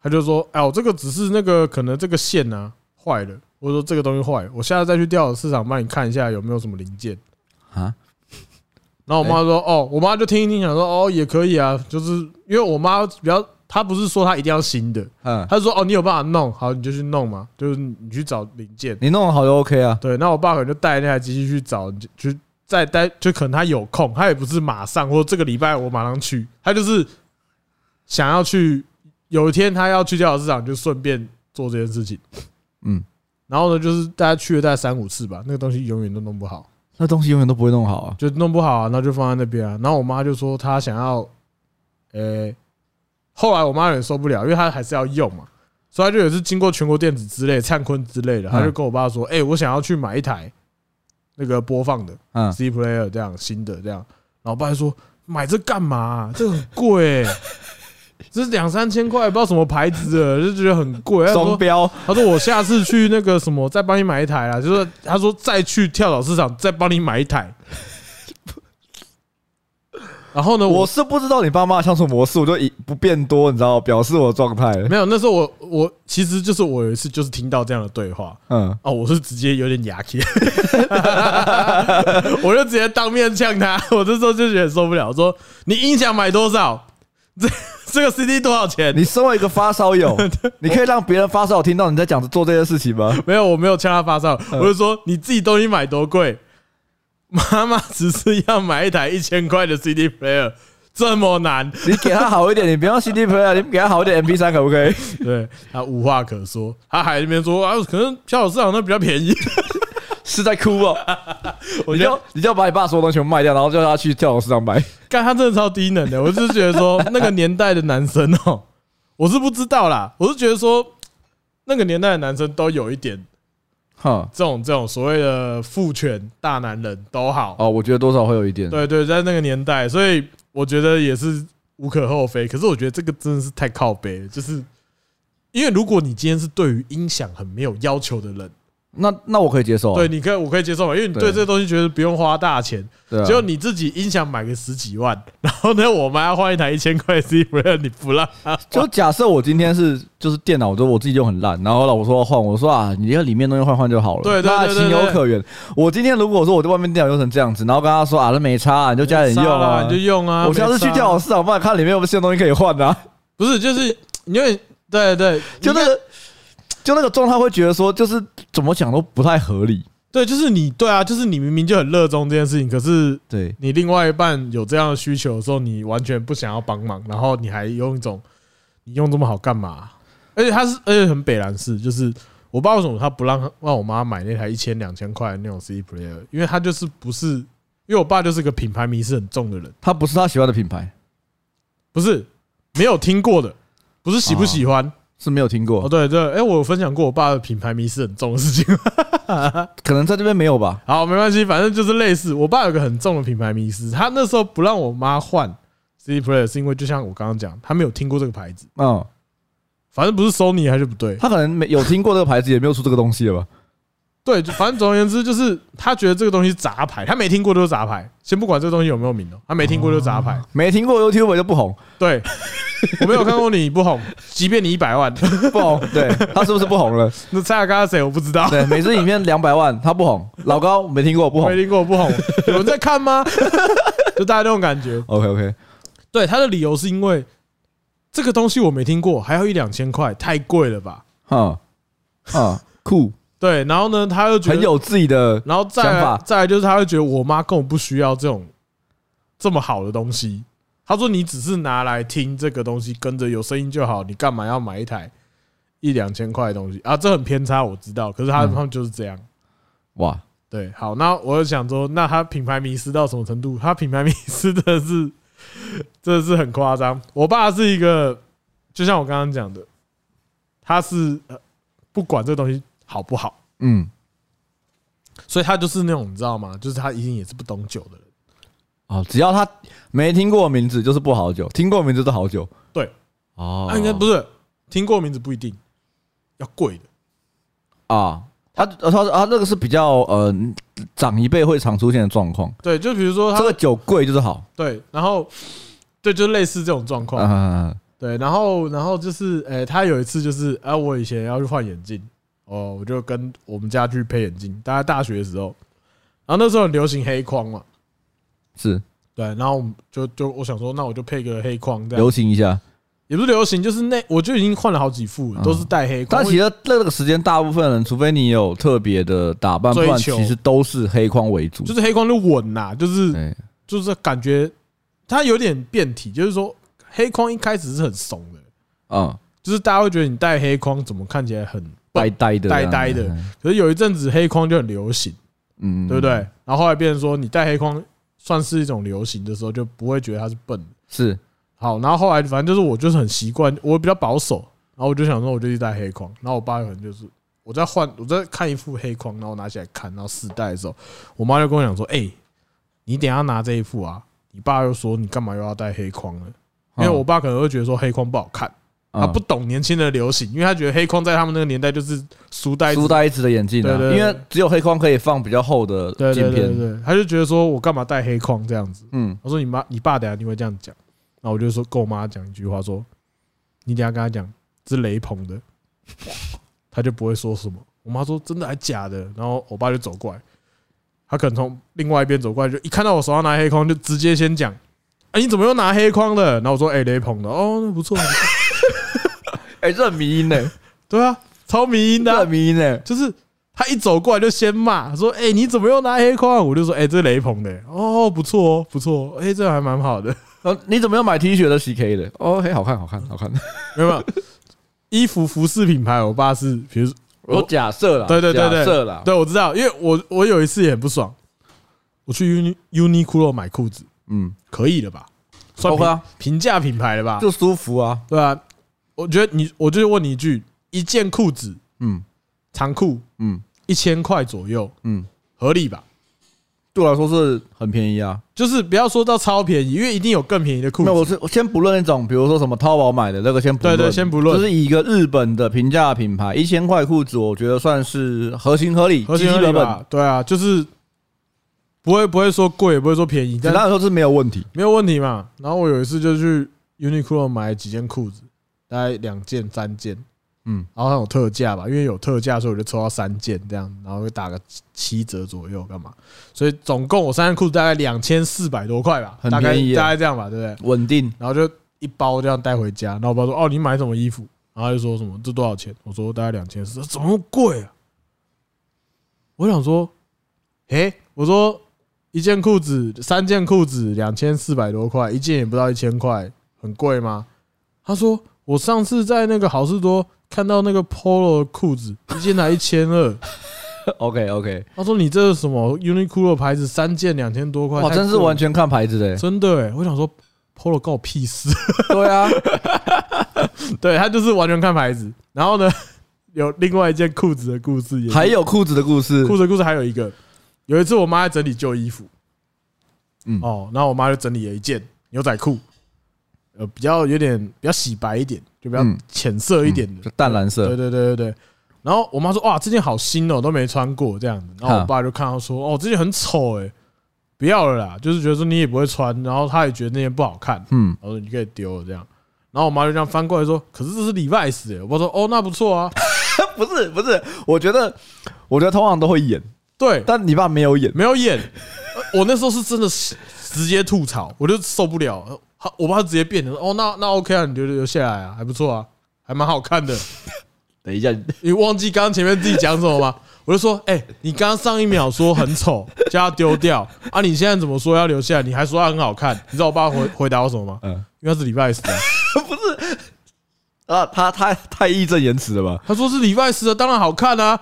Speaker 1: 他就说：“哎呦，这个只是那个可能这个线呢、坏了，或者说这个东西坏了，我下次再去调市场帮你看一下有没有什么零件。
Speaker 2: 啊，”
Speaker 1: 然后我妈说：“哦，我妈就听一听，想说哦也可以啊，就是因为我妈比较，她不是说她一定要新的，
Speaker 2: 嗯，
Speaker 1: 她就说哦你有办法弄好你就去弄嘛，就是你去找零件。”
Speaker 2: 你弄得好就 OK 啊，
Speaker 1: 对，那我爸可能就带那台机器去找，就就再待，就可能他有空，他也不是马上或者这个礼拜我马上去，他就是想要去，有一天他要去跳蚤市场，就顺便做这件事情。
Speaker 2: 嗯，
Speaker 1: 然后呢，就是大家去了大概三五次吧，那个东西永远都弄不好，
Speaker 2: 那东西永远都不会弄好啊。
Speaker 1: 就弄不好、啊，那就放在那边啊。然后我妈就说她想要，呃，后来我妈有点受不了，因为她还是要用嘛，所以她就也是经过全国电子之类、灿坤之类的，她就跟我爸说：“哎，我想要去买一台那个播放的
Speaker 2: 嗯，
Speaker 1: C player 这样新的这样。”然后我爸就说：“买这干嘛、这很贵、欸，这两三千块，不知道什么牌子的，就觉得很贵。”他
Speaker 2: 双
Speaker 1: 说
Speaker 2: 标，：“
Speaker 1: 他说我下次去那个什么，再帮你买一台啦。”就是他说再去跳蚤市场再帮你买一台。 [LAUGHS] 然后呢，
Speaker 2: 我是不知道你爸妈的相处模式，我就以不变多，你知道，表示我的状态。
Speaker 1: 没有，那时候我我其实就是我有一次就是听到这样的对话
Speaker 2: 嗯，
Speaker 1: 哦，我是直接有点牙切， [LAUGHS] 我就直接当面呛他，我这时候就觉得受不了，我说你音响买多少？ [LAUGHS] 这这个 CD 多少钱？
Speaker 2: 你身为一个发
Speaker 1: [LAUGHS]
Speaker 2: 烧友，你可以让别人发烧友听到你在讲做这件事情吗？
Speaker 1: 没有，我没有呛他发烧，我就说你自己东西买多贵， [LAUGHS] 妈妈只是要买一台一千块的 CD player，这么难，
Speaker 2: 你给他好一点，你不要 CD player，你给他好一点 MP 三可不可以？
Speaker 1: 对他无话可说，他还在那边说啊，可能小市场那比较便宜， [LAUGHS]
Speaker 2: 是在哭哦，
Speaker 1: 我
Speaker 2: 你
Speaker 1: 觉得
Speaker 2: 就你就把你爸所有东西全部卖掉，然后叫他去跳蚤市场买。
Speaker 1: 干他真的超低能的，我就是觉得说 [LAUGHS] 那个年代的男生哦，我是不知道啦，我是觉得说那个年代的男生都有一点
Speaker 2: 哈，
Speaker 1: 这种这种所谓的父权大男人都好，
Speaker 2: 哦，我觉得多少会有一点。
Speaker 1: 对对，在那个年代，所以我觉得也是无可厚非。可是我觉得这个真的是太靠背了，就是因为如果你今天是对于音响很没有要求的人，
Speaker 2: 那那我可以接受啊。
Speaker 1: 对，你可以我可以接受嘛，因为你对
Speaker 2: 对
Speaker 1: 这个东西觉得不用花大钱，
Speaker 2: 对啊，
Speaker 1: 结果你自己音响买个十几万，然后呢，我妈要换一台一千块的 C p l 你不让她
Speaker 2: 就假设我今天是就是电脑，我就我自己就很烂，然后我老婆说要换，我说啊，你这里面东西换换就好了，
Speaker 1: 对对
Speaker 2: 那
Speaker 1: 对对
Speaker 2: 情
Speaker 1: 对
Speaker 2: 有可原。我今天如果说我在外面电脑用成这样子，然后跟他说啊，那没差、啊，你就加点用
Speaker 1: 杀啦
Speaker 2: 啊
Speaker 1: 你。就用啊。
Speaker 2: 我下次去
Speaker 1: 没差
Speaker 2: 跳蚤市场卖，看里面有没有新的东西可以换啊。
Speaker 1: 不是就是你有点对对，
Speaker 2: 就
Speaker 1: 你看
Speaker 2: 那个就那个状态会觉得说，就是怎么讲都不太合理。
Speaker 1: 对，就是你对啊，就是你明明就很热衷这件事情，可是
Speaker 2: 对，
Speaker 1: 你另外一半有这样的需求的时候，你完全不想要帮忙，然后你还用一种你用这么好干嘛？而且他是，而且很北兰式，就是我不知道为什么他不让让我妈买那台一千两千块的那种 CD player，因为他就是不是，因为我爸就是个品牌迷是很重的人，
Speaker 2: 他不是他喜欢的品牌
Speaker 1: 不是没有听过的，不是喜不喜欢，
Speaker 2: 是没有听
Speaker 1: 哦，
Speaker 2: 过，
Speaker 1: 对对，哎，我有分享过我爸的品牌迷失很重的事情。
Speaker 2: 可能在这边没有吧。
Speaker 1: 好，没关系，反正就是类似。我爸有个很重的品牌迷失，他那时候不让我妈换 CD player，是因为就像我刚刚讲，他没有听过这个牌子，
Speaker 2: 嗯，
Speaker 1: 反正不是 Sony 还是不对。
Speaker 2: 他可能没有听过这个牌子，也没有出这个东西了吧？
Speaker 1: 对，就反正总而言之，就是他觉得这个东西是杂牌，他没听过就是杂牌。先不管这个东西有没有名哦，他没听过就是杂牌。
Speaker 2: 没听过 YouTube 就不红，
Speaker 1: 对，我没有看过你不红，即便你一百万， [LAUGHS]
Speaker 2: 不红。对他是不是不红了？
Speaker 1: 那蔡雅刚谁我不知道，
Speaker 2: [LAUGHS] 对，每支影片两百万，他不红。老高没听过，不红
Speaker 1: 没。听过不红，有人在看吗？ [LAUGHS] 就大家这种感觉。
Speaker 2: OK OK，
Speaker 1: 对，他的理由是因为这个东西我没听过，还要一两千块，太贵了吧？
Speaker 2: 哈啊酷，
Speaker 1: 对，然后呢，他又觉
Speaker 2: 很
Speaker 1: 得，
Speaker 2: 有自己的
Speaker 1: 然后再
Speaker 2: 想
Speaker 1: 来
Speaker 2: 法
Speaker 1: 再来就是他会觉得我妈根本不需要这种这么好的东西。他说你只是拿来听这个东西，跟着有声音就好，你干嘛要买一台一两千块的东西啊？这很偏差，我知道，可是他
Speaker 2: 嗯
Speaker 1: 他们就是这样。
Speaker 2: 哇，
Speaker 1: 对，好，那我就想说，那他品牌迷失到什么程度？他品牌迷失的是，真的是很夸张。我爸是一个，就像我刚刚讲的，他是呃不管这东西好不好，
Speaker 2: 嗯
Speaker 1: 所以他就是那种你知道吗？就是他一定也是不懂酒的人。
Speaker 2: 哦，只要他没听过名字就是不好酒，听过名字是好酒。
Speaker 1: 对，
Speaker 2: 哦，
Speaker 1: 啊他应该不
Speaker 2: 是
Speaker 1: 是听过名字不一定要贵的，
Speaker 2: 啊。他他他那个是比较呃长一辈会常出现的状况，
Speaker 1: 对，就比如说
Speaker 2: 这
Speaker 1: 他
Speaker 2: 个酒贵就是好，
Speaker 1: 对，然后对，就类似这种状况。
Speaker 2: 嗯，
Speaker 1: 对，然后然后就是，诶、他有一次就是，啊，我以前要去换眼镜，哦，我就跟我们家去配眼镜，大概大学的时候，然后那时候很流行黑框嘛，
Speaker 2: 是
Speaker 1: 对，然后我们就就我想说，那我就配个黑框这样
Speaker 2: 流，行一下。
Speaker 1: 也不是流行，就是那我就已经换了好几副了，
Speaker 2: 嗯
Speaker 1: 都是戴黑框，
Speaker 2: 但其实那个时间，大部分人除非你有特别的打扮，不
Speaker 1: 追
Speaker 2: 然
Speaker 1: 求
Speaker 2: 其实都是黑框为主。哎
Speaker 1: 就是黑框就稳啦，就是
Speaker 2: 对，
Speaker 1: 就是感觉它有点变体，就是说黑框一开始是很怂的，
Speaker 2: 嗯，
Speaker 1: 就是大家会觉得你戴黑框怎么看起来很
Speaker 2: 呆呆的，
Speaker 1: 呆呆的，可是有一阵子黑框就很流行。
Speaker 2: 嗯，
Speaker 1: 对不对？？然后后来变成说，你戴黑框算是一种流行的时候，就不会觉得它是笨的。
Speaker 2: 是，
Speaker 1: 好，然后后来反正就是我就是很习惯，我比较保守，然后我就想说我就去戴黑框，然后我爸可能就是我在换我在看一副黑框，然后拿起来看，然后试戴的时候，我妈就跟我讲说：“哎，你等一下拿这一副啊。”你爸又说：“你干嘛又要戴黑框呢？”因为我爸可能会觉得说黑框不好看，他
Speaker 2: 啊
Speaker 1: 不懂年轻人的流行，因为他觉得黑框在他们那个年代就是书呆子
Speaker 2: 书呆子的眼镜啊，
Speaker 1: 对对对
Speaker 2: 因为只有黑框可以放比较厚的
Speaker 1: 对对
Speaker 2: 镜
Speaker 1: 对对
Speaker 2: 片。
Speaker 1: 对，他就觉得说我干嘛戴黑框这样子。
Speaker 2: 嗯，
Speaker 1: 我说你妈你爸等下你会这样讲，那我就说跟我妈讲一句话说，你等下跟他讲是雷鹏的，他就不会说什么。我妈说真的还假的，然后我爸就走过来，他可能从另外一边走过来，就一看到我手上拿黑框，就直接先讲，哎你怎么又拿黑框的？然后我说哎、雷鹏的，哦那不错，
Speaker 2: 哎，这很迷因呢，
Speaker 1: 对啊，超迷因的
Speaker 2: 这
Speaker 1: 啊、
Speaker 2: 很迷因呢。
Speaker 1: 就是他一走过来就先骂说：“哎、你怎么又拿黑框？”我就说：“哎、这雷鹏的、哦，不错哦，不错哦，哎、这还蛮好的，
Speaker 2: 然后哦你怎么又买 T 恤的 CK 的？哦，嘿，好看，好看，好看。
Speaker 1: 没有没有。”衣服服饰品牌，我爸是，比如说
Speaker 2: 我假设啦，
Speaker 1: 对对对对
Speaker 2: 假设啦，
Speaker 1: 对我知道，因为我我有一次也很不爽，我去 Uni Uniqlo 买裤子，
Speaker 2: 嗯
Speaker 1: 可以了吧？算
Speaker 2: ，OK
Speaker 1: 平
Speaker 2: 啊，
Speaker 1: 平价品牌了吧？
Speaker 2: 就舒服啊，
Speaker 1: 对啊，我觉得你，我就问你一句：一件裤子
Speaker 2: 嗯
Speaker 1: 长裤
Speaker 2: 嗯
Speaker 1: 一千块左右，
Speaker 2: 嗯，
Speaker 1: 合理吧？
Speaker 2: 对我来说是很便宜啊。
Speaker 1: 就是不要说到超便宜，因为一定有更便宜的裤子
Speaker 2: 那。我是我先不论那种，比如说什么淘宝买的那个，先不论，
Speaker 1: 对对先不论
Speaker 2: 就是以一个日本的平价品牌，一千块裤子，我觉得算是合情合理，
Speaker 1: 合情
Speaker 2: 基
Speaker 1: 合
Speaker 2: 基
Speaker 1: 理
Speaker 2: 本本，
Speaker 1: 吧？对啊，就是不会不会说贵，也不会说便宜，
Speaker 2: 简
Speaker 1: 但
Speaker 2: 单来说是没有问题。
Speaker 1: 没有问题嘛。然后我有一次就去 Uniqlo 买几件裤子，大概两件三件，
Speaker 2: 嗯
Speaker 1: 然后它有特价吧，因为有特价，所以我就抽到三件这样，然后会打个七折左右干嘛？所以总共我三件裤子大概两千四百多块吧，
Speaker 2: 很
Speaker 1: 大概
Speaker 2: 便宜啊耶
Speaker 1: 大概这样吧，对不对？
Speaker 2: 稳定，
Speaker 1: 然后就一包这样带回家，然后我爸说：“哦，你买什么衣服？”然后他就说什么这多少钱？我说大概两千四，怎么那么贵啊？我想说，诶，我说一件裤子、三件裤子两千四百多块，一件也不到一千块，很贵吗？他说我上次在那个好事多看到那个 Polo 的裤子，一件才一千二。
Speaker 2: OK OK，
Speaker 1: 他说你这是什么 Uniqlo 的牌子，三件两千多块，
Speaker 2: 哇，
Speaker 1: 太
Speaker 2: 真是
Speaker 1: 贵了
Speaker 2: 完全看牌子的欸。
Speaker 1: 真的诶，我想说 Polo 告我屁事。
Speaker 2: 对啊，
Speaker 1: [LAUGHS] 对他就是完全看牌子。然后呢， [LAUGHS] 有另外一件裤子的故事也是，
Speaker 2: 还有裤子的故事，
Speaker 1: 裤子的故事还有一个，有一次我妈在整理旧衣服，
Speaker 2: 嗯
Speaker 1: 哦，然后我妈就整理了一件牛仔裤，呃，比较有点比较洗白一点，就比较
Speaker 2: 嗯
Speaker 1: 浅色一点的
Speaker 2: 就，淡蓝色
Speaker 1: 对，对对对对。然后我妈说：“哇，这件好新哦，都没穿过这样子。”然后我
Speaker 2: 哈
Speaker 1: 爸就看到说：“哦，这件很丑哎，不要了啦，就是觉得说你也不会穿，然后他也觉得那件不好看，
Speaker 2: 嗯，
Speaker 1: 然后你可以丢了这样。”然后我妈就这样翻过来说：“可是这是 Levi's 哎。”我爸说：“哦，那不错啊。
Speaker 2: [LAUGHS] 不是不是，我觉得我觉得通常都会演，”
Speaker 1: 对，
Speaker 2: 但你爸没有演，
Speaker 1: 没有演。呃我那时候是真的是直接吐槽，我就受不了。呃他我爸直接变成：“哦，那那 OK 啊，你就留下来啊，还不错啊，还蛮好看的。”
Speaker 2: 等一下，
Speaker 1: 你忘记刚刚前面自己讲什么吗？ [LAUGHS] 我就说，哎、你刚刚上一秒说很丑， [LAUGHS] 叫他丢掉啊！你现在怎么说要留下来？你还说它很好看？你知道我爸回回答我什么吗？
Speaker 2: 嗯，
Speaker 1: 因为他是礼拜四、啊，
Speaker 2: 啊，他他太义正言辞了吧？
Speaker 1: 他说是礼拜四的，当然好看啊。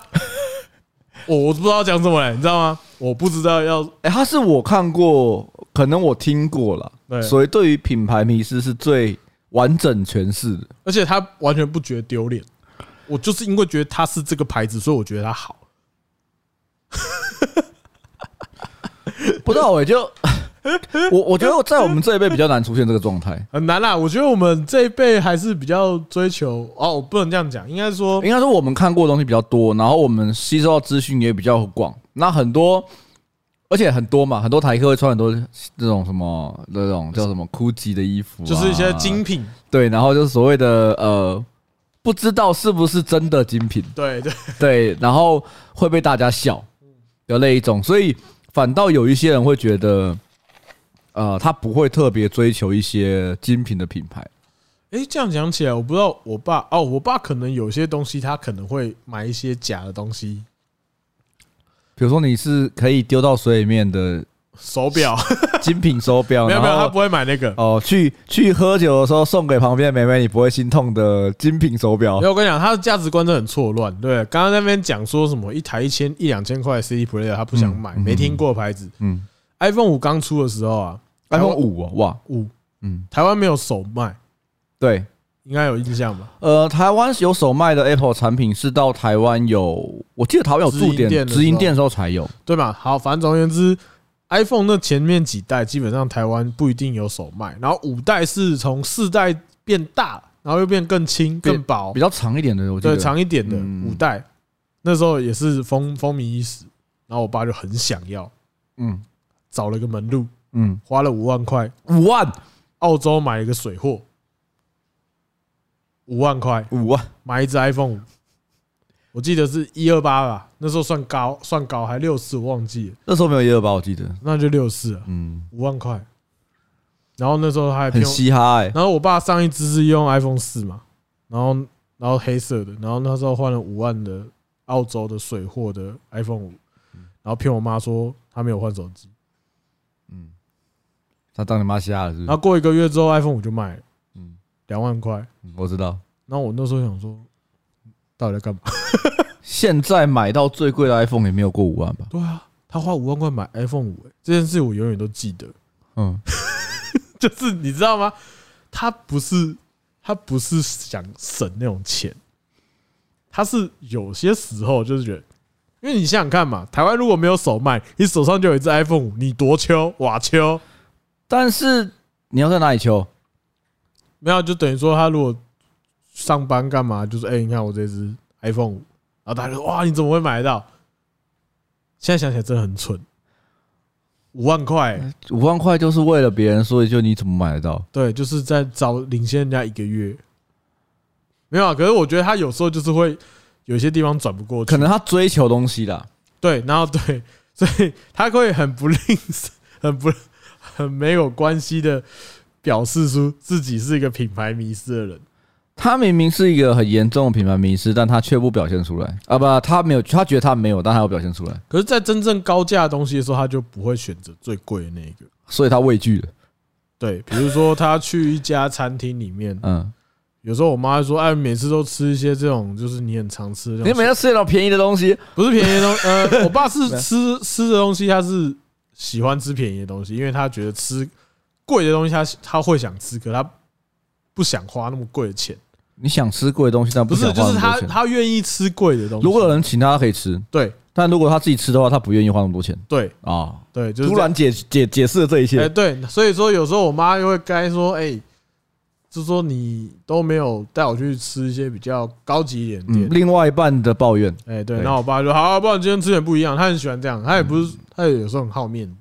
Speaker 1: [LAUGHS] 我我不知道要讲什么嘞，你知道吗？我不知道要
Speaker 2: 哎，他是我看过，可能我听过了，
Speaker 1: 对
Speaker 2: 所以对于品牌迷失是最完整诠释的，
Speaker 1: 而且他完全不觉得丢脸。我就是因为觉得他是这个牌子，所以我觉得他好。
Speaker 2: 不知道我就 [LAUGHS] 我我觉得在我们这一辈比较难出现这个状态。
Speaker 1: 很难啊啦，我觉得我们这一辈还是比较追求哦，我不能这样讲，应该说
Speaker 2: 应该说我们看过的东西比较多，然后我们吸收到资讯也比较广。那很多，而且很多嘛，很多台客会穿很多这种什么那种叫什么 GUCCI 的衣服啊、
Speaker 1: 就是一些精品，
Speaker 2: 对，然后就是所谓的呃，不知道是不是真的精品，
Speaker 1: 对对
Speaker 2: 对，然后会被大家笑的那一种，所以反倒有一些人会觉得，呃，他不会特别追求一些精品的品牌。
Speaker 1: 诶，这样讲起来，我不知道我爸哦，我爸可能有些东西他可能会买一些假的东西，
Speaker 2: 比如说你是可以丢到水里面的
Speaker 1: 手表
Speaker 2: 精品手
Speaker 1: [LAUGHS]
Speaker 2: 表，
Speaker 1: 没有没有，
Speaker 2: 哦然后
Speaker 1: 他不会买那个。
Speaker 2: 哦，去去喝酒的时候送给旁边的妹妹，你不会心痛的精品手表
Speaker 1: 因为。我跟你讲，他的价值观真的很错乱。对，刚刚那边讲说什么一台一千一两千块的 CD player，他不想买，
Speaker 2: 嗯
Speaker 1: 没听过牌子。
Speaker 2: 嗯
Speaker 1: iPhone 五刚出的时候啊
Speaker 2: ，iPhone 五哦，哇，
Speaker 1: 五
Speaker 2: 嗯，
Speaker 1: 台湾没有首卖，
Speaker 2: 对，
Speaker 1: 应该有印象吧？
Speaker 2: 呃，台湾有首卖的 Apple 产品是到台湾有，我记得台湾有驻
Speaker 1: 直营店
Speaker 2: 点
Speaker 1: 的时候
Speaker 2: 直营店的时候才有。
Speaker 1: 对吧？好，反正总而言之，iPhone 那前面几代基本上台湾不一定有首卖，然后五代是从四代变大，然后又变更轻、
Speaker 2: 变
Speaker 1: 更薄
Speaker 2: 比，较长一点的，我记
Speaker 1: 对，
Speaker 2: 得
Speaker 1: 长一点的
Speaker 2: 嗯
Speaker 1: 五代，那时候也是风风靡一时，然后我爸就很想要，
Speaker 2: 嗯
Speaker 1: 找了个门路，
Speaker 2: 嗯，
Speaker 1: 花了五万块，
Speaker 2: 五万
Speaker 1: 澳洲买了个水货，五万块
Speaker 2: 五万，
Speaker 1: 买一只 iPhone 五，我记得是一二八吧，那时候算高算高，还六四我忘记了，
Speaker 2: 那时候没有一二八，我记得，
Speaker 1: 那就六四了，
Speaker 2: 嗯，
Speaker 1: 五万块，然后那时候他还
Speaker 2: 很
Speaker 1: 骗我
Speaker 2: 嘻哈哎、
Speaker 1: 然后我爸上一只是用 iPhone 四嘛，然后然后黑色的，然后那时候换了五万的澳洲的水货的 iPhone 五，然后骗我妈说他没有换手机，
Speaker 2: 嗯，他当你妈瞎了是
Speaker 1: 然
Speaker 2: 不是
Speaker 1: 后？过一个月之后 iPhone 五就卖了
Speaker 2: 嗯，
Speaker 1: 两万块，
Speaker 2: 嗯我知道，
Speaker 1: 然后我那时候想说，到底在干嘛？
Speaker 2: 现在买到最贵的 iPhone 也没有过五万吧？
Speaker 1: 对啊，他花五万块买 iPhone 五、欸这件事我永远都记得，
Speaker 2: 嗯，
Speaker 1: 就是你知道吗？他不是他不是想省那种钱，他是有些时候就是觉得，因为你想想看嘛，台湾如果没有手卖，你手上就有一只 iPhone 五，你多秋哇秋，
Speaker 2: 但是你要在哪里求？
Speaker 1: 没有就等于说他如果上班干嘛，就是哎、你看我这只 iPhone 五，然后大家就说哇，你怎么会买得到？现在想起来真的很蠢，五万块、欸
Speaker 2: 五万块就是为了别人，所以就你怎么买得到？
Speaker 1: 对，就是在早领先人家一个月。没有啊，可是我觉得他有时候就是会有些地方转不过去，
Speaker 2: 可能他追求东西啦，
Speaker 1: 对，然后对，所以他会很不吝啬，很不很没有关系的表示出自己是一个品牌迷失的人。
Speaker 2: 他明明是一个很严重的品牌迷失，但他却不表现出来啊！不，他没有，他觉得他没有，但他要表现出来，
Speaker 1: 可是，在真正高价的东西的时候，他就不会选择最贵的那一个。
Speaker 2: 所以他畏惧了。
Speaker 1: 对，比如说他去一家餐厅里面，
Speaker 2: 嗯，
Speaker 1: 有时候我妈会说：“哎，每次都吃一些这种，就是你很常吃的这
Speaker 2: 你
Speaker 1: 种
Speaker 2: 每次吃那种便宜的东西，
Speaker 1: 不是便宜的
Speaker 2: [LAUGHS]
Speaker 1: 东，呃，我爸是吃吃的东西，他是喜欢吃便宜的东西，因为他觉得吃贵的东西他他会想吃，可他不想花那么贵的钱。
Speaker 2: 你想吃贵的东西，但
Speaker 1: 不是，
Speaker 2: 想花
Speaker 1: 就
Speaker 2: 那
Speaker 1: 是
Speaker 2: 么多
Speaker 1: 他
Speaker 2: 钱。
Speaker 1: 他愿意吃贵的东西。
Speaker 2: 如果有人请他，他可以吃；
Speaker 1: 对
Speaker 2: 但如果他自己吃的话，他不愿意花那么多钱
Speaker 1: 对
Speaker 2: 啊。
Speaker 1: 对，就是
Speaker 2: 突
Speaker 1: 这样
Speaker 2: 然解解解释了这一
Speaker 1: 哎
Speaker 2: 切，
Speaker 1: 对，所以说有时候我妈又会该说哎、就说你都没有带我去吃一些比较高级一点的
Speaker 2: 嗯，
Speaker 1: 店，
Speaker 2: 另外一半的抱怨，
Speaker 1: 哎、对，
Speaker 2: 对嗯
Speaker 1: 然后我爸就好、不然今天吃点不一样。他很喜欢这样，他也不是，他也有时候很好面子。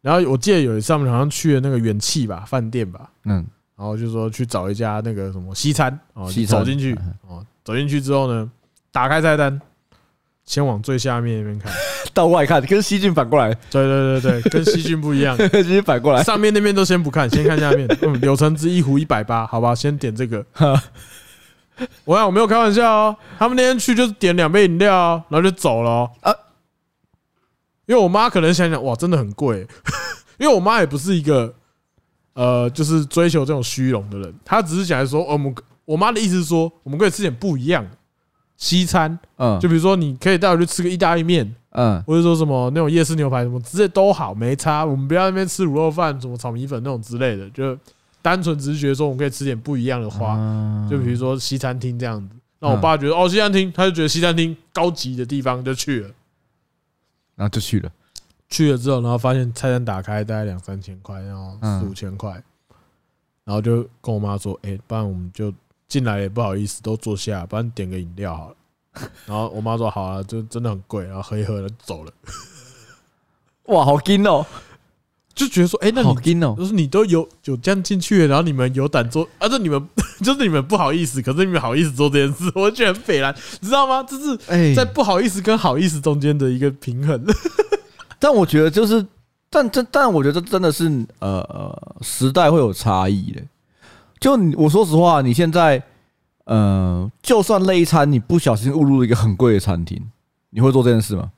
Speaker 1: 然后我记得有一次他们好像去了那个元气吧饭店吧，
Speaker 2: 嗯，
Speaker 1: 然后就说去找一家那个什么西餐哦，
Speaker 2: 西餐
Speaker 1: 走进去
Speaker 2: 嗯
Speaker 1: 哦，走进去之后呢，打开菜单，先往最下面那边看， [LAUGHS]
Speaker 2: 到外看跟西晋反过来， [LAUGHS]
Speaker 1: 对对对对，跟西菌不一样，
Speaker 2: 西晋反过来，
Speaker 1: 上面那边都先不看，先看下面。嗯，柳橙汁一壶一百八，好吧，先点这个。我想我没有开玩笑哦，他们那天去就是点两杯饮料、哦，然后就走了、哦。
Speaker 2: 啊
Speaker 1: 因为我妈可能想想，哇，真的很贵。 [LAUGHS] 因为我妈也不是一个呃，就是追求这种虚荣的人，她只是想来说，哦我们我妈的意思是说，我们可以吃点不一样的西餐，
Speaker 2: 嗯
Speaker 1: 就比如说你可以带我去吃个意大利面，
Speaker 2: 嗯，
Speaker 1: 或者说什么那种夜市牛排什么之类都好，没差。我们不要在那边吃卤肉饭、什么炒米粉那种之类的，就单纯只是觉得说我们可以吃点不一样的花，
Speaker 2: 嗯
Speaker 1: 就比如说西餐厅这样子。那我爸觉得哦，西餐厅，他就觉得西餐厅高级的地方就去了。
Speaker 2: 然后就去了，
Speaker 1: 去了之后，然后发现菜单打开大概两三千块，然后
Speaker 2: 嗯
Speaker 1: 四五千块，然后就跟我妈说：“哎，不然我们就进来也不好意思，都坐下，不然点个饮料好了。”然后我妈说：“好啊，就真的很贵。”然后喝一喝然后就走了，
Speaker 2: 哇，好金哦，
Speaker 1: 就觉得说：“哎，那
Speaker 2: 好
Speaker 1: 你
Speaker 2: 金哦，
Speaker 1: 就是你都有有这样进去了，然后你们有胆做，啊，这你们 [LAUGHS] 就是你们不好意思，可是你们好意思做这件事，我 [LAUGHS] 觉得很北蓝，你知道吗？这是
Speaker 2: 哎
Speaker 1: 在不好意思跟好意思中间的一个平衡。 [LAUGHS]
Speaker 2: 但我觉得就是，但但但我觉得这真的是呃呃时代会有差异的。就你我说实话，你现在呃，就算那一餐你不小心误入了一个很贵的餐厅，你会做这件事吗？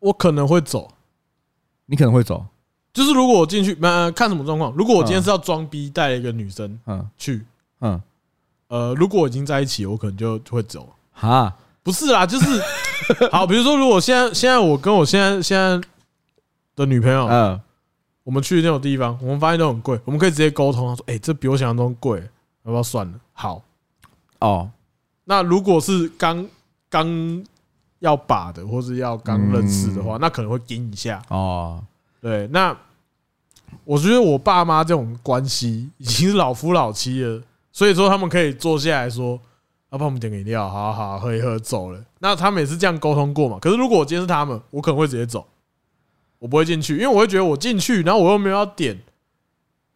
Speaker 1: 我可能会走，
Speaker 2: 你可能会走，
Speaker 1: 就是如果我进去，那、看什么状况。如果我今天是要装逼带了一个女生
Speaker 2: 嗯
Speaker 1: 去，
Speaker 2: 嗯，
Speaker 1: 呃，如果我已经在一起，我可能就会走。
Speaker 2: 哈，
Speaker 1: 不是啦，就是 [LAUGHS] 好，比如说，如果现在现在我跟我现在现在的女朋友，
Speaker 2: 嗯，
Speaker 1: 我们去那种地方，我们发现都很贵，我们可以直接沟通，他说：“哎、这比我想象中贵，要不要算了？”好，
Speaker 2: 哦，
Speaker 1: 那如果是刚刚要把的，或是要刚认识的话，那可能会盯一下。
Speaker 2: 哦，
Speaker 1: 对，那我觉得我爸妈这种关系已经是老夫老妻了，所以说他们可以坐下来说，要不然我们点个饮料，好好好喝一喝，走了。那他们也是这样沟通过嘛？可是如果我今天是他们，我可能会直接走，我不会进去，因为我会觉得我进去，然后我又没有要点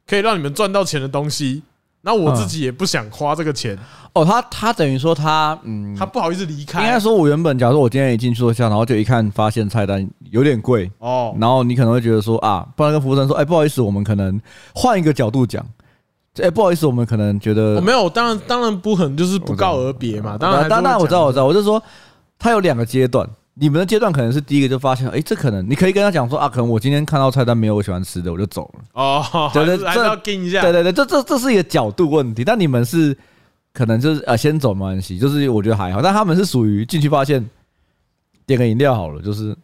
Speaker 1: 可以让你们赚到钱的东西，那我
Speaker 2: 嗯
Speaker 1: 自己也不想花这个钱，
Speaker 2: 哦，他他等于说他嗯，
Speaker 1: 他不好意思离
Speaker 2: 应该
Speaker 1: 开。
Speaker 2: 说，我原本假如说我今天一进去坐下，然后就一看发现菜单有点贵，
Speaker 1: 哦，
Speaker 2: 然后你可能会觉得说啊，不然跟服务生说，哎、不好意思，我们可能换一个角度讲，哎、不好意思，我们可能觉
Speaker 1: 我
Speaker 2: 得，
Speaker 1: 哦没有，当然当然不可能就是不告而别嘛。当然还是会
Speaker 2: 嗯当然我知道，
Speaker 1: 讲
Speaker 2: 我知道，我就说它有两个阶段，你们的阶段可能是第一个就发现，哎、这可能你可以跟他讲说啊，可能我今天看到菜单没有我喜欢吃的，我就走了。
Speaker 1: 哦，
Speaker 2: 对对
Speaker 1: 还是还是
Speaker 2: 这
Speaker 1: 要盯一下。
Speaker 2: 对对对，这这这是一个角度问题，但你们是可能就是啊，先走没关系，就是我觉得还好，但他们是属于进去发现点个饮料好了，就是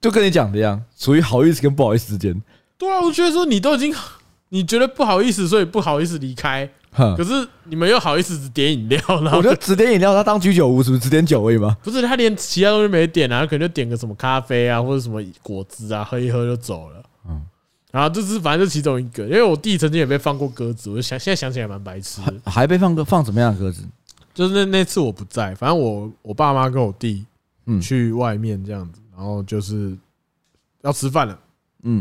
Speaker 2: 就跟你讲的一样，属于好意思跟不好意思之间，
Speaker 1: 对啊，我觉得说你都已经， [LAUGHS] 你觉得不好意思，所以不好意思离开，
Speaker 2: 哼
Speaker 1: 可。是你们又好意思只点饮料，然
Speaker 2: 嗯 [LAUGHS]
Speaker 1: 后
Speaker 2: 我就只点饮料，他当居酒屋是不是只点酒而已吗？
Speaker 1: 不是他连其他东西没点啊，可能就点个什么咖啡啊，或者什么果汁啊，喝一喝就走了。嗯
Speaker 2: 嗯，
Speaker 1: 然后这是反正就其中一个，因为我弟曾经也被放过鸽子，我就想现在想起来蛮白痴
Speaker 2: [LAUGHS]
Speaker 1: 的，
Speaker 2: 还被放歌放怎么样的鸽子？
Speaker 1: 就是那那次我不在，反正我我爸妈跟我弟
Speaker 2: 嗯
Speaker 1: 去外面这样子，然后就是要吃饭了，
Speaker 2: 嗯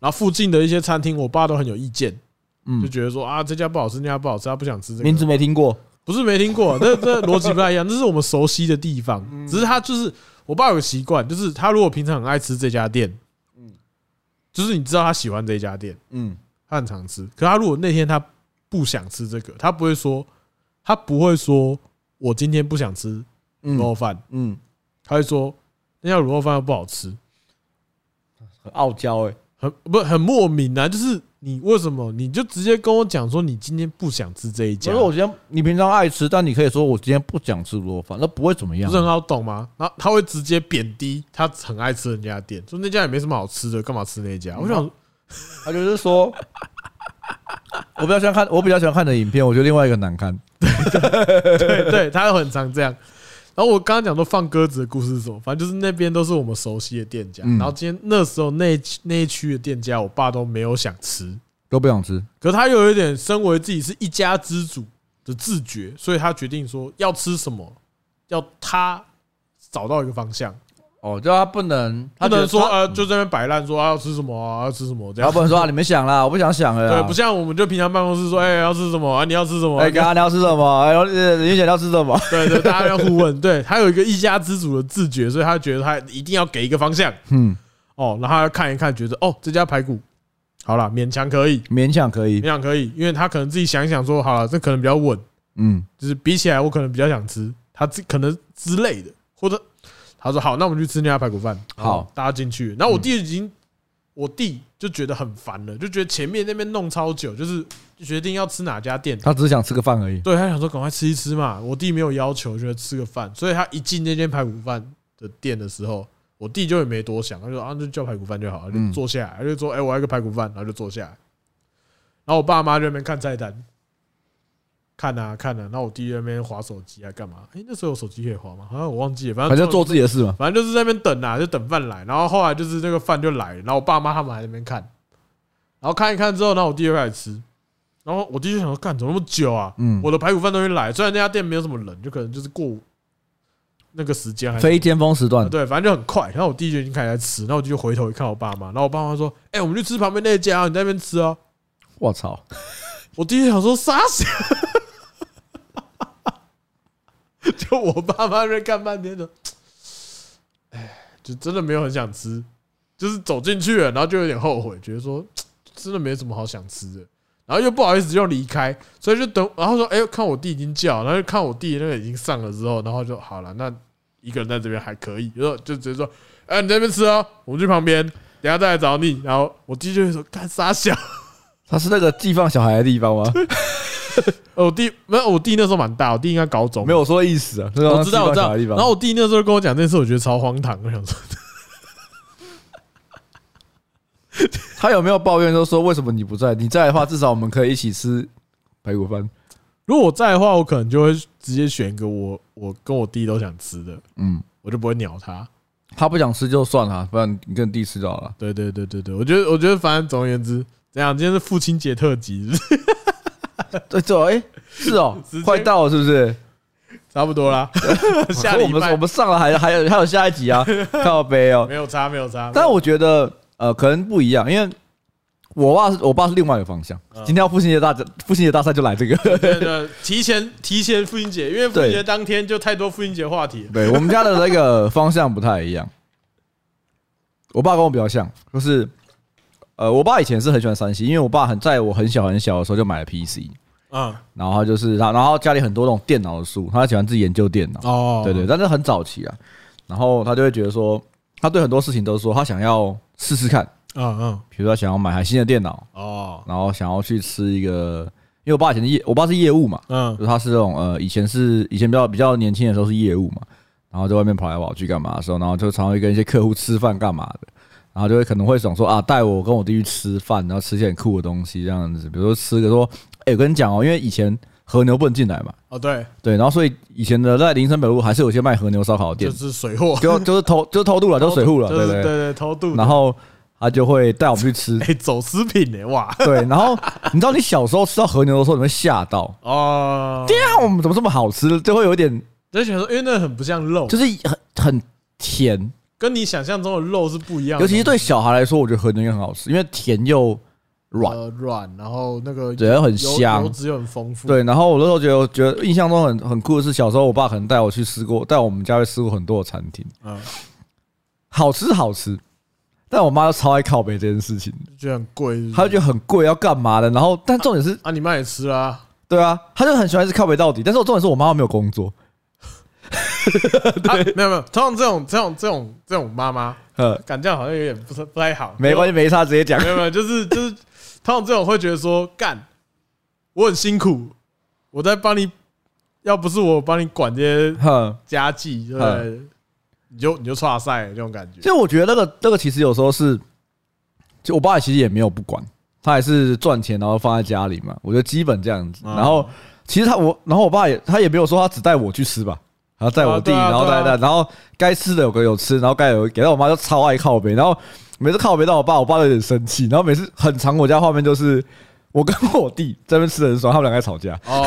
Speaker 1: 然后附近的一些餐厅，我爸都很有意见，就
Speaker 2: 嗯，
Speaker 1: 觉得说啊这家不好吃，那家不好吃，他不想吃这个。
Speaker 2: 名字没听过。
Speaker 1: 不是没听过，这这逻辑不太一样，这是我们熟悉的地方。只是他就是我爸有个习惯，就是他如果平常很爱吃这家店，就是你知道他喜欢这家店，
Speaker 2: 嗯
Speaker 1: 他很常吃。可他如果那天他不想吃这个，他不会说，他不会说我今天不想吃卤
Speaker 2: 嗯
Speaker 1: 肉饭，
Speaker 2: 嗯，
Speaker 1: 他会说那家卤肉饭又不好吃，
Speaker 2: 很傲娇哎。
Speaker 1: 很不很莫名啊，就是你为什么你就直接跟我讲说你今天不想吃这一
Speaker 2: 其
Speaker 1: 家
Speaker 2: 实，我觉得你平常爱吃，但你可以说我今天不想吃卤肉饭，那不会怎么样
Speaker 1: 不是。很好懂吗？然后他会直接贬低他很爱吃人家的店，说那家也没什么好吃的，干嘛吃那家？我 [LAUGHS]
Speaker 2: 嗯
Speaker 1: 想，
Speaker 2: 他 [LAUGHS] 就是说，我比较喜欢看，我比较喜欢看的影片，我觉得另外一个难看。
Speaker 1: 对对，他很常这样。然后我刚刚讲说放鸽子的故事是什么，反正就是那边都是我们熟悉的店家。
Speaker 2: 嗯
Speaker 1: 然后今天那时候那一区那一区的店家，我爸都没有想吃，
Speaker 2: 都不想吃，
Speaker 1: 可是他又有一点身为自己是一家之主的自觉，所以他决定说要吃什么，要他找到一个方向，
Speaker 2: 哦，就他不能，
Speaker 1: 他
Speaker 2: 觉
Speaker 1: 能
Speaker 2: 得
Speaker 1: 说
Speaker 2: 他
Speaker 1: 呃就在那边摆烂说啊要吃什么啊要吃什么这
Speaker 2: 他
Speaker 1: 样
Speaker 2: 不。能说啊，你们想啦，我不想想了啦。
Speaker 1: 对，不像我们就平常办公室说，哎，要吃什么啊？你要吃什么？
Speaker 2: 啊哎，
Speaker 1: 你要
Speaker 2: 刚刚你要吃什么？哎，呃林姐要吃什么？ [LAUGHS]
Speaker 1: 对对，大家要互问。对他有一个一家之主的自觉，所以他觉得他一定要给一个方向
Speaker 2: 嗯，
Speaker 1: 哦，然后他要看一看，觉得哦这家排骨好了，勉强可以，
Speaker 2: 勉强可以
Speaker 1: 勉。强可以，因为他可能自己想一想说，好了，这可能比较稳，
Speaker 2: 嗯，
Speaker 1: 就是比起来我可能比较想吃，他自可能之类的，或者他说好，那我们去吃那家排骨饭。
Speaker 2: 好嗯
Speaker 1: 哦，大家进去。然后我弟已经，我弟就觉得很烦了，就觉得前面那边弄超久，就是决定要吃哪家店，
Speaker 2: 他只是想吃个饭而已。
Speaker 1: 对他想说赶快吃一吃嘛，我弟没有要求，觉得吃个饭，所以他一进那间排骨饭的店的时候，我弟就也没多想，他就说啊就叫排骨饭就好，他就
Speaker 2: 嗯
Speaker 1: 坐下来，他就说哎、我要一个排骨饭，然后就坐下来，然后我爸妈就在那边看菜单，看啊看啊，然后我弟在那边划手机啊干嘛？哎、那时候有手机可以划吗？好像我忘记了，反正
Speaker 2: 反正就做自己的事嘛。
Speaker 1: 反正就是在那边等啊，就等饭来。然后后来就是那个饭就来了，然后我爸妈他们还在那边看，然后看一看之后，然后我弟就开始吃。然后我弟就想说，干怎么那么久啊？
Speaker 2: 嗯
Speaker 1: 我的排骨饭都没来，虽然那家店没有什么人，就可能就是过午那个时间还是
Speaker 2: 非尖峰时段，
Speaker 1: 对，反正就很快。然后我弟就已经开始在吃，然后我弟就回头一看我爸妈，然后我爸妈说：“哎，我们去吃旁边那家啊，你在那边吃哦。
Speaker 2: 我操！”
Speaker 1: 我弟就想说：“傻小。” [LAUGHS] 就我爸妈在那边看半天的，哎，就真的没有很想吃，就是走进去了，然后就有点后悔，觉得说真的没什么好想吃的，然后又不好意思又离开，所以就等，然后说哎、看我弟已经叫，然后就看我弟那个已经上了之后，然后就好了，那一个人在这边还可以，然后就直接说，哎、你在那边吃哦，我们去旁边，等下再来找你，然后我弟就会说干傻小，
Speaker 2: 他是那个寄放小孩的地方 [LAUGHS] 吗？
Speaker 1: 呃我弟没有，我弟那时候蛮大，我弟应该高中，
Speaker 2: 没有说意思啊，
Speaker 1: 我知道，我知道。
Speaker 2: 地方
Speaker 1: 然后我弟那时候跟我讲这事，我觉得超荒唐，我想说。
Speaker 2: 他有没有抱怨就说为什么你不在？你在的话，至少我们可以一起吃排骨饭。
Speaker 1: 如果我在的话，我可能就会直接选一个我我跟我弟都想吃的，
Speaker 2: 嗯，
Speaker 1: 我就不会鸟他。
Speaker 2: 他不想吃就算了，不然你跟弟吃就好了。
Speaker 1: 对对对对对，我觉得我觉得反正总而言之，怎样？今天是父亲节特辑，是 [LAUGHS] 不是
Speaker 2: 对，走，哎，是 [LAUGHS] 哦
Speaker 1: 直，接
Speaker 2: 快到了是不是？
Speaker 1: 差不多啦。下
Speaker 2: 可
Speaker 1: 礼
Speaker 2: 我们
Speaker 1: 拜
Speaker 2: 我们上了还还有还有下一集 [LAUGHS] 啊，靠背哦。
Speaker 1: 没有差，没有差。
Speaker 2: 但我觉得呃，可能不一样，因为我爸是我爸是另外一个方向。今天要父亲节大战，父亲节大赛就来这个。
Speaker 1: 对对，提前提前父亲节，因为父亲节
Speaker 2: 对
Speaker 1: 当天就太多父亲节话题了。
Speaker 2: [LAUGHS] 对我们家的那个方向不太一样。我爸跟我比较像，就是，呃，我爸以前是很喜欢山西，因为我爸很在我很小很小的时候就买了 PC，
Speaker 1: 嗯，
Speaker 2: 然后他就是他，然后家里很多那种电脑的书，他喜欢自己研究电脑，
Speaker 1: 哦
Speaker 2: 对对，，但是很早期啊，然后他就会觉得说，他对很多事情都说他想要试试看，
Speaker 1: 嗯嗯，
Speaker 2: 比如说他想要买台新的电脑，
Speaker 1: 哦，
Speaker 2: 然后想要去吃一个，因为我爸以前的业，我爸是业务嘛，
Speaker 1: 嗯
Speaker 2: 就是他是这种呃，以前是以前比较比较年轻的时候是业务嘛，然后在外面跑来跑去干嘛的时候，然后就常常会跟一些客户吃饭干嘛的，然后就会可能会想说啊，带我跟我弟去吃饭，然后吃一些很酷的东西这样子，比如说吃个说，哎、我跟你讲哦，因为以前和牛不能进来嘛，
Speaker 1: 哦对，
Speaker 2: 对，然后所以以前的在林森北路还是有一些卖和牛烧烤的
Speaker 1: 就
Speaker 2: 店，
Speaker 1: 是水货，
Speaker 2: 就就是偷就是偷渡了，就是水户了，
Speaker 1: 就
Speaker 2: 对
Speaker 1: 是
Speaker 2: 对
Speaker 1: 对
Speaker 2: 对，
Speaker 1: 对偷渡的，，
Speaker 2: 然后他就会带我们去吃
Speaker 1: 哎走私品呢，哇
Speaker 2: 对，然后你知道你小时候吃到和牛的时候，你会吓到，
Speaker 1: 哦，
Speaker 2: 对啊，我们怎么这么好吃，就会有一点。
Speaker 1: 就想说，因为那很不像肉，
Speaker 2: 就是很很甜，
Speaker 1: 跟你想象中的肉是不一样的，
Speaker 2: 尤其是对小孩来说，我觉得和牛也很好吃，因为甜又软，
Speaker 1: 呃软，然后那个
Speaker 2: 对，又很
Speaker 1: 油
Speaker 2: 香
Speaker 1: 油。脂又很丰富，
Speaker 2: 对，然后我那时候觉得，我觉得印象中很很酷的是，小时候我爸可能带我去吃过，带我们家去吃过很多的餐厅，
Speaker 1: 嗯，
Speaker 2: 好吃好吃，但我妈就超爱靠北这件事情，
Speaker 1: 就觉得很贵，是不是
Speaker 2: 她就觉得很贵，要干嘛的？然后，但重点是，
Speaker 1: 啊，你妈也吃
Speaker 2: [LAUGHS]
Speaker 1: 啦，
Speaker 2: 对啊，她就很喜欢吃靠北到底，但是我重点是我妈妈没有工作，
Speaker 1: 啊，没有没有，通常这种这种这种这种妈妈，
Speaker 2: 呃，
Speaker 1: 感觉好像有点不是不太好，
Speaker 2: 没关系，没差，直接讲
Speaker 1: 没，有没有，就是就是，通常这种会觉得说，干，我很辛苦，我在帮你，要不是我帮你管这些
Speaker 2: 哼。
Speaker 1: 家计，对不对？你就你就差赛这种感觉，
Speaker 2: 嗯就我觉得那个那个其实有时候是，就我爸其实也没有不管，他还是赚钱然后放在家里嘛，我觉得基本这样子。
Speaker 1: 嗯
Speaker 2: 然后其实他我，然后我爸也他也没有说他只带我去吃吧，然后带我弟，
Speaker 1: 啊对啊
Speaker 2: 然后带
Speaker 1: 对啊
Speaker 2: 带，然后该吃的有个有吃，然后该有给到我妈就超爱靠背，然后每次靠背到我爸，我爸都有点生气，然后每次很长我家画面就是我跟我弟这边吃的很爽，他们两个在吵架， [LAUGHS]
Speaker 1: 哦，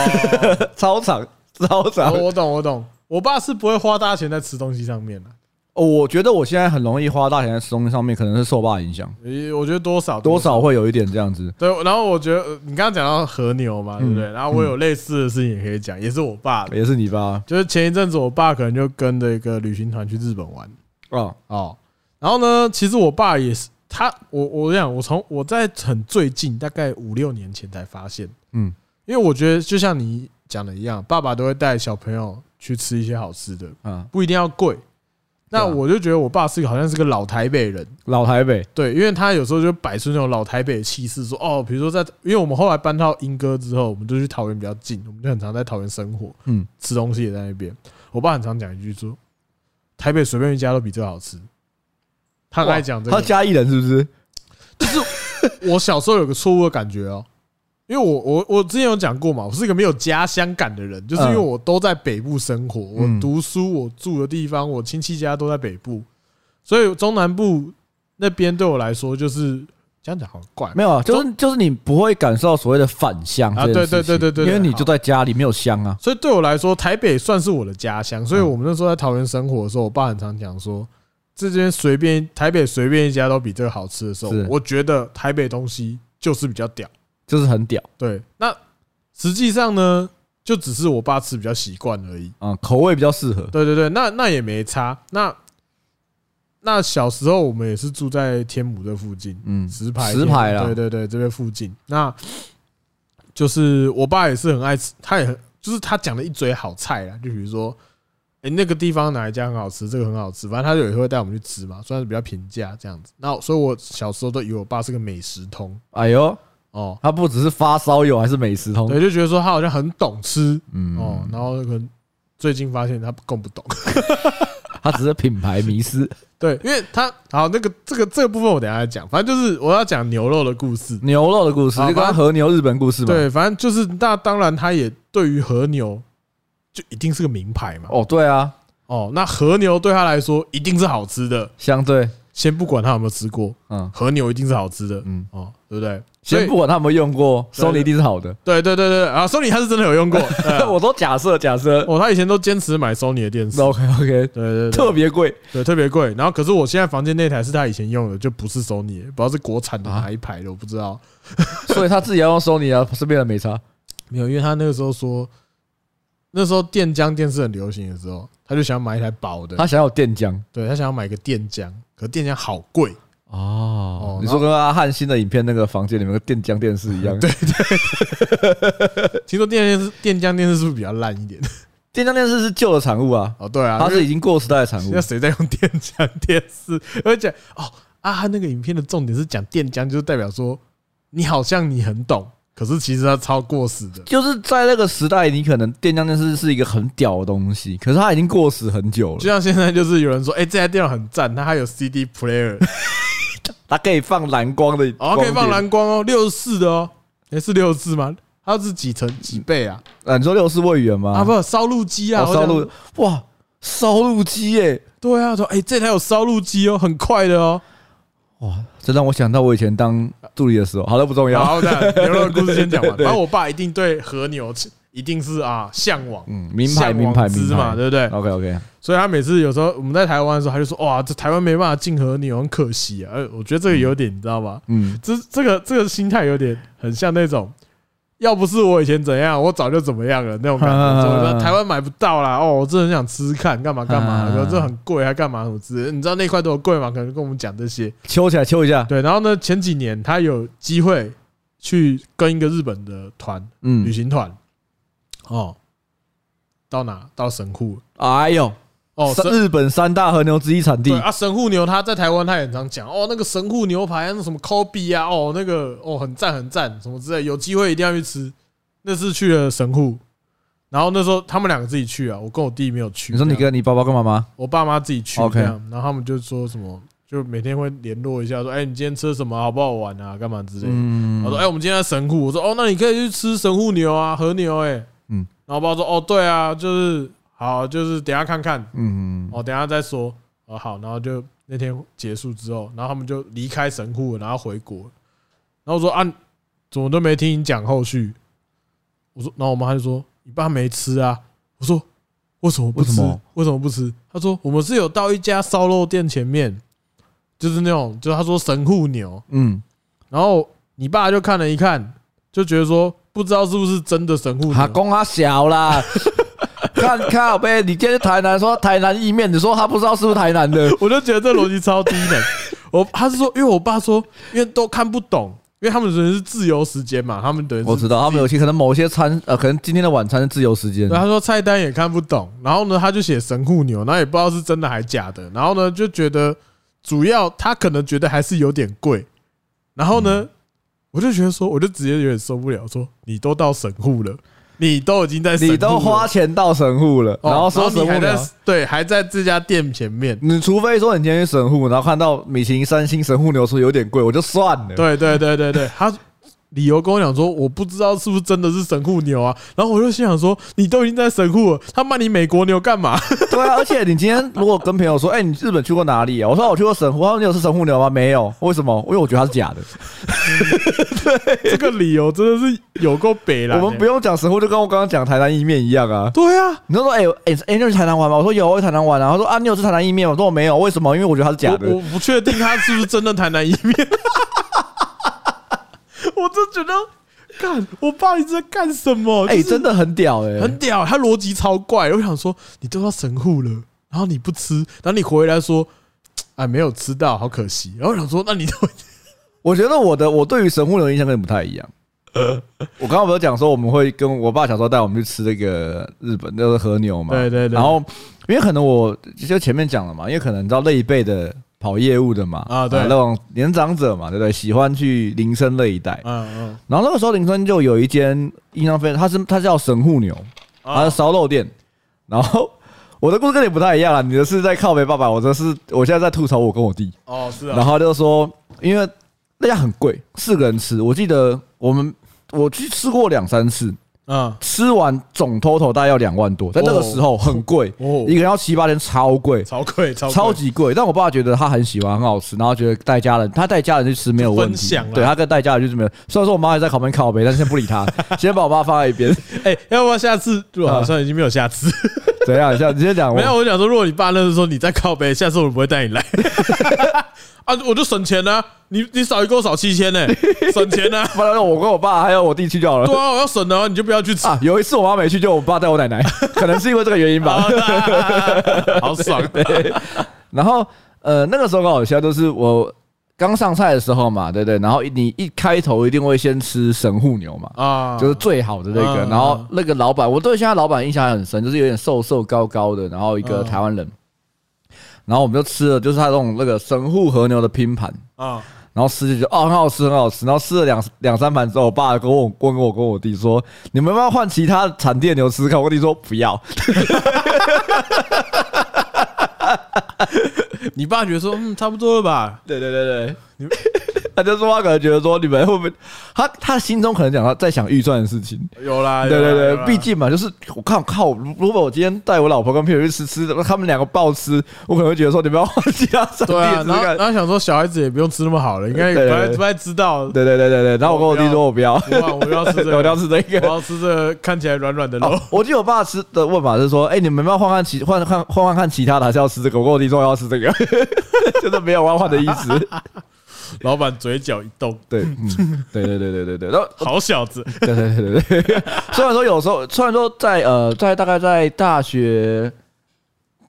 Speaker 2: 超长超长。 [LAUGHS]
Speaker 1: 我懂我懂，我爸是不会花大钱在吃东西上面的，
Speaker 2: 哦我觉得我现在很容易花大钱在吃东西上面，可能是受爸影响，
Speaker 1: 呃我觉得多少
Speaker 2: 多少会有一点这样子。
Speaker 1: 对，然后我觉得呃你刚刚讲到和牛嘛，对
Speaker 2: 嗯
Speaker 1: 不对？然后我有类似的事情也可以讲，也是我爸的，
Speaker 2: 也是你吧？
Speaker 1: 就是前一阵子我爸可能就跟着一个旅行团去日本玩
Speaker 2: 啊，
Speaker 1: 哦，然后呢，其实我爸也是他，我我讲，我从我在很最近大概五六年前才发现，
Speaker 2: 嗯，
Speaker 1: 因为我觉得就像你讲的一样，爸爸都会带小朋友去吃一些好吃的，
Speaker 2: 啊，
Speaker 1: 不一定要贵。那
Speaker 2: 对啊
Speaker 1: 我就觉得我爸是个好像是个老台北人，
Speaker 2: 老台北，
Speaker 1: 对，因为他有时候就摆出那种老台北的气势，说哦，比如说在，因为我们后来搬到莺歌之后，我们就去桃园比较近，我们就很常在桃园生活，
Speaker 2: 嗯，
Speaker 1: 吃东西也在那边。我爸很常讲一句说，台北随便一家都比这个好吃。他很爱讲这
Speaker 2: 他
Speaker 1: 个，
Speaker 2: 嘉义人是不是？
Speaker 1: 我小时候有个错误的感觉哦，因为我我我之前有讲过嘛，我是一个没有家乡感的人，就是因为
Speaker 2: 嗯
Speaker 1: 我都在北部生活，我
Speaker 2: 嗯
Speaker 1: 读书，我住的地方，我亲戚家都在北部，所以中南部那边对我来说就是这样讲好怪，
Speaker 2: 没有啊，就是就是你不会感受到所谓的返乡
Speaker 1: 啊
Speaker 2: 这件事情
Speaker 1: 对对对对对对
Speaker 2: 因为你就在家里没有乡啊。
Speaker 1: 所以对我来说，台北算是我的家
Speaker 2: 嗯
Speaker 1: 乡。所以我们那时候在桃园生活的时候，我爸很常讲说，这间随便台北随便一家都比这个好吃的时候
Speaker 2: 是，
Speaker 1: 我觉得台北东西就是比较屌。
Speaker 2: 就是很屌
Speaker 1: 对，那实际上呢，就只是我爸吃比较习惯而已。
Speaker 2: 啊、口味比较适合。
Speaker 1: 对对对，那那也没差。那那小时候我们也是住在天母这附近，
Speaker 2: 嗯，
Speaker 1: 石牌
Speaker 2: 石牌啦
Speaker 1: 对对对，这边附近。那就是我爸也是很爱吃，他也很就是他讲的一嘴好菜啦，就比如说，哎、那个地方哪一家很好吃，这个很好吃，反正他就也会带我们去吃嘛，虽然是比较平价这样子。那所以我小时候都以为我爸是个美食通
Speaker 2: 哎呦，
Speaker 1: 哦，
Speaker 2: 它不只是发烧友，还是美食通。
Speaker 1: 对，就觉得说他好像很懂吃
Speaker 2: 嗯，
Speaker 1: 哦，然后可能最近发现他更不懂。
Speaker 2: 它只是品牌迷失。
Speaker 1: 对，因为他好那个这个这个部分我等一下再讲，反正就是我要讲牛肉的故事。
Speaker 2: [LAUGHS] 牛肉的故事，
Speaker 1: 好
Speaker 2: 就
Speaker 1: 吧
Speaker 2: 跟和牛日本故事嘛。，
Speaker 1: 对，反正就是那当然，他也对于和牛就一定是个名牌嘛。
Speaker 2: 哦，对啊，
Speaker 1: 哦，那和牛对他来说一定是好吃的，
Speaker 2: 相对，
Speaker 1: 先不管他有没有吃过，
Speaker 2: 嗯
Speaker 1: 和牛一定是好吃的，
Speaker 2: 嗯，
Speaker 1: 哦，对不对？所以
Speaker 2: 先不管他有没有用过，
Speaker 1: 对对
Speaker 2: 收你一定是好的。
Speaker 1: 对对对对，啊，Sony 他是真的有
Speaker 2: [LAUGHS]
Speaker 1: 用过，对啊
Speaker 2: 我都假设假设
Speaker 1: 哦，他以前都坚持买 Sony 的电视，
Speaker 2: ，OK OK，
Speaker 1: 对对
Speaker 2: 特
Speaker 1: 对，
Speaker 2: 别贵
Speaker 1: 对特别贵。然后可是我现在房间那台是他以前用的，就不是 Sony，不知道是国产的哪一排的，我不知道。
Speaker 2: 所以他自己要用 Sony 啊，身边人没差。
Speaker 1: 没有，因为他那个时候说，那时候电浆电视很流行的时候，他就想买一台薄的，
Speaker 2: 他想要有电浆
Speaker 1: 对他想要买个电浆，可是电浆好贵，
Speaker 2: 哦
Speaker 1: 哦
Speaker 2: 你说跟阿汉新的影片那个房间里面有个电浆电视一样，对，
Speaker 1: 听说电视电浆电视是不是比较烂一点？
Speaker 2: 电浆电视是旧的产物啊，
Speaker 1: 哦，对啊，
Speaker 2: 它
Speaker 1: 因
Speaker 2: 是
Speaker 1: 为
Speaker 2: 已经过时代的产
Speaker 1: 现
Speaker 2: 物
Speaker 1: 在。谁在用电浆电视？ [LAUGHS] 而且哦啊，那个影片的重点是讲电浆，就是代表说你好像你很懂，可是其实它超过时的。
Speaker 2: 就是在那个时代，你可能电浆电视是一个很屌的东西，可是它已经过时很久
Speaker 1: 就
Speaker 2: 了。
Speaker 1: 像现在就是有人说，哎、这台电脑很赞，它还有 CD player，
Speaker 2: 它可以放蓝光的，
Speaker 1: 哦，可以放。蓝光哦，六十四的哦，哎、是六十四吗？它是几层几倍啊？
Speaker 2: 啊，你说六四位元
Speaker 1: 啊，
Speaker 2: 吗？
Speaker 1: 不，烧录机啊，
Speaker 2: 哦，
Speaker 1: 我
Speaker 2: 烧
Speaker 1: 想
Speaker 2: 录，哇，烧录机耶，
Speaker 1: 对啊，说哎、这台有烧录机哦，很快的哦。
Speaker 2: 哇，这让我想到我以前当助理的时候。好了，不重要。
Speaker 1: 好的，牛肉的故事先讲完。
Speaker 2: 对
Speaker 1: 反正我爸一定对和牛一定是啊向往，
Speaker 2: 嗯，名牌，名牌，名
Speaker 1: 之嘛，
Speaker 2: 牌。哦
Speaker 1: 对不对？
Speaker 2: OK OK，
Speaker 1: 所以他每次有时候我们在台湾的时候，他就说哇，这台湾没办法进和牛，很可惜啊。呃，我觉得这个有点，你知道吗？
Speaker 2: 嗯，
Speaker 1: 这这个这个心态有点很像那种。要不是我以前怎样，我早就怎么样了那种感觉。
Speaker 2: [LAUGHS] 啊
Speaker 1: 说说台湾买不到啦，哦，我真的很想吃吃看，干嘛干嘛，
Speaker 2: 啊
Speaker 1: 可是这很贵，还干嘛什么之类的。你知道那块多贵吗？可能跟我们讲这些。
Speaker 2: 揪起来，揪一下。
Speaker 1: 对，然后呢，前几年他有机会去跟一个日本的团旅
Speaker 2: 嗯，
Speaker 1: 行团，哦，到哪？到神户
Speaker 2: 哎呦，
Speaker 1: 哦，
Speaker 2: 三
Speaker 1: 神
Speaker 2: 日本三大和牛之一产地
Speaker 1: 对，啊，神户牛，他在台湾他也很常讲哦，那个神户牛排，那什么 Kobe 啊，哦，那个哦，很赞很赞，什么之类，有机会一定要去吃。那次去了神户，然后那时候他们两个自己去啊，我跟我弟没有去。
Speaker 2: 你说你
Speaker 1: 这样
Speaker 2: 跟你爸爸跟妈妈
Speaker 1: 我爸妈自己去
Speaker 2: OK
Speaker 1: 这样，然后他们就说什么，就每天会联络一下，说哎，你今天吃什么，好不好玩啊，干嘛之类的。
Speaker 2: 嗯
Speaker 1: 我说：“哎、我们今天在神户。”我说：“哦，那你可以去吃神户牛啊，和牛哎、
Speaker 2: 嗯
Speaker 1: 然后包括说哦，对啊，就是好，就是等一下看看，
Speaker 2: 嗯，
Speaker 1: 哦，等一下再说，哦好，然后就那天结束之后，然后他们就离开神户了，然后回国，然后我说啊，怎么都没听你讲后续？我说，然后我妈就说你爸没吃啊，我说为什么不
Speaker 2: 为
Speaker 1: 吃
Speaker 2: 什么？
Speaker 1: 为什么不吃？他说我们是有到一家烧肉店前面，就是那种，就是他说神户牛，
Speaker 2: 嗯，
Speaker 1: 然后你爸就看了一看，就觉得说不知道是不是真的神户牛，
Speaker 2: 他公他
Speaker 1: [LAUGHS]
Speaker 2: 小啦。看看呗，你今天台南说台南意面，你说他不知道是不是台
Speaker 1: [LAUGHS]
Speaker 2: 南的？
Speaker 1: 我就觉得这逻辑超低能。我他是说，因为我爸说，因为都看不懂，因为他们等于是自由时间嘛，他们等于是
Speaker 2: 我知道他们有些可能某些餐呃，可能今天的晚餐是自由时间
Speaker 1: 对，，他说菜单也看不懂，然后呢，他就写神户牛，然后也不知道是真的还假的，然后呢就觉得主要他可能觉得还是有点贵，然后
Speaker 2: 嗯
Speaker 1: 呢，我就觉得说，我就直接有点受不了，说你都到神户了，你都已经在神户
Speaker 2: 你
Speaker 1: 了
Speaker 2: 都花钱到神户了，
Speaker 1: 哦
Speaker 2: 然后说
Speaker 1: 你
Speaker 2: 神户
Speaker 1: 还在
Speaker 2: 了，
Speaker 1: 对还在这家店前面，
Speaker 2: 你除非说你今天去神户，然后看到米其林三星神户牛说有点贵，我就算了。
Speaker 1: 对对对对对，他理由跟我讲说，我不知道是不是真的是神户牛啊。然后我就心想说，你都已经在神户了，他卖你美国牛干嘛？ [LAUGHS]
Speaker 2: 对啊，而且你今天如果跟朋友说，哎，你日本去过哪里啊？我说我去过神户，他说你有吃神户牛吗？没有，为什么？因为我觉得它
Speaker 1: [LAUGHS]
Speaker 2: 是假的。
Speaker 1: 这个理由真的是有够北了。
Speaker 2: 我们不用讲神户，就跟我刚刚讲台南意面一样啊。
Speaker 1: 对啊，
Speaker 2: 你就说，哎哎哎，你有去台南玩吗？我说有，我去台南玩啊。他说啊，你有吃台南意面吗？我说我没有，为什么？因为我觉得它是假
Speaker 1: 我
Speaker 2: 的。
Speaker 1: 我不确定他是不是真的台南一面。 [LAUGHS] 我真觉得，干，我爸你在干什么？
Speaker 2: 哎，
Speaker 1: 就是
Speaker 2: 真的很屌哎，
Speaker 1: 很屌，他逻辑超怪。我想说，你都到神户了，然后你不吃，然后你回来说，哎，没有吃到，好可惜。然后我想说，那你都
Speaker 2: 我觉得我的我对于神户牛的印象跟你不太一样。我刚刚不是讲说我们会跟我爸小时候带我们去吃那个日本那个和牛嘛，
Speaker 1: 对对对
Speaker 2: 然后因为可能我就前面讲了嘛，因为可能你知道那一辈的跑业务的嘛，
Speaker 1: 啊对
Speaker 2: 那种年长者嘛，对不对？喜欢去林森那一带，
Speaker 1: 嗯嗯，
Speaker 2: 然后那个时候林森就有一间印象非常，它是它叫神户牛，
Speaker 1: 啊
Speaker 2: 它是烧肉店，然后。我的故事跟你不太一样啦，你的是在靠北爸爸，我的是我现在在吐槽我跟我弟。
Speaker 1: 哦，是
Speaker 2: 然，后他就说，因为那家很贵，四个人吃，我记得我们我去吃过两三次，
Speaker 1: 嗯，
Speaker 2: 吃完总 total 大概要两万多，在那个时候很贵，
Speaker 1: [LAUGHS] 哦
Speaker 2: 一个人要七八天，超贵，
Speaker 1: 超贵，超贵
Speaker 2: 超级贵。但我爸觉得他很喜欢，很好吃，然后觉得带家人，他带家人去吃没有问
Speaker 1: 分
Speaker 2: 题
Speaker 1: 享啊啦，
Speaker 2: 对他跟带家人去吃没有。虽然说我妈也在旁边靠背，但是先不理
Speaker 1: [LAUGHS]
Speaker 2: 他，先把我爸放在一边。
Speaker 1: 哎、要不要下次？我
Speaker 2: 啊
Speaker 1: 好像已经没有下次，
Speaker 2: 怎样？你先你先讲，
Speaker 1: 没有。
Speaker 2: 我
Speaker 1: 我想说，如果你爸那时候说你在靠背，下次我不会带你 [LAUGHS] 来啊，我就省钱啊。你你少一个少七千呢、省钱啊。
Speaker 2: 不然我跟我爸还有我弟去就好了
Speaker 1: 对。啊，我要省的话，你就不要去吃。 [LAUGHS]
Speaker 2: 啊，有一次我妈没去，就我爸带我奶奶，可能是因为这个原因
Speaker 1: [LAUGHS]
Speaker 2: 吧。
Speaker 1: 好爽！
Speaker 2: 然后呃，那个时候搞笑就是我刚上菜的时候嘛，对不对？然后你一开头一定会先吃神户牛嘛，
Speaker 1: 啊，
Speaker 2: 就是最好的那个。
Speaker 1: 嗯
Speaker 2: 然后那个老板，我对现在老板印象还很深，就是有点瘦瘦高高的，然后一个
Speaker 1: 嗯
Speaker 2: 台湾人。然后我们就吃了，就是他那种那个神户和牛的拼盘，
Speaker 1: 啊，
Speaker 2: 然后吃就觉得哦很好吃很好吃，然后吃了两两三盘之后，我爸跟我跟我跟我弟说，你们要不要换其他产地的牛吃吃看？我弟说不要，
Speaker 1: 你爸觉得说，嗯，差不多了吧？
Speaker 2: 对对对对， [LAUGHS] 他就说他可能觉得说你们会不会，他他心中可能讲他在想预算的事情。
Speaker 1: 有啦，
Speaker 2: 对
Speaker 1: 有啦
Speaker 2: 对
Speaker 1: 有
Speaker 2: 对，
Speaker 1: 啦
Speaker 2: 毕竟嘛，就是我看靠，如如果我今天带我老婆跟朋友去吃吃，他们两个暴吃，我可能会觉得说你们要换其他餐
Speaker 1: 对 [LAUGHS] 啊。
Speaker 2: 厅
Speaker 1: 然后然
Speaker 2: 看。
Speaker 1: 后想说，小孩子也不用吃那么好了，应该也
Speaker 2: 对对
Speaker 1: 不太
Speaker 2: 对
Speaker 1: 不太知道。
Speaker 2: 对对对对对，然后我跟我弟说我不要，
Speaker 1: 不要，我不要吃这个，
Speaker 2: 我要吃这个
Speaker 1: 我。要吃这个看起来软软的肉
Speaker 2: 哦。我记得我爸吃的问法是说，哎、你们要换换其换换换换看其他的，还是要吃这个？我跟我弟说要吃这个， [LAUGHS] 就是没有要换的意思。
Speaker 1: 老板嘴角一动，
Speaker 2: 对，嗯，对对对对对对。然后
Speaker 1: 好小子，
Speaker 2: 对 [LAUGHS] 对对对对，虽然说有时候，虽然说在呃，在大概在大学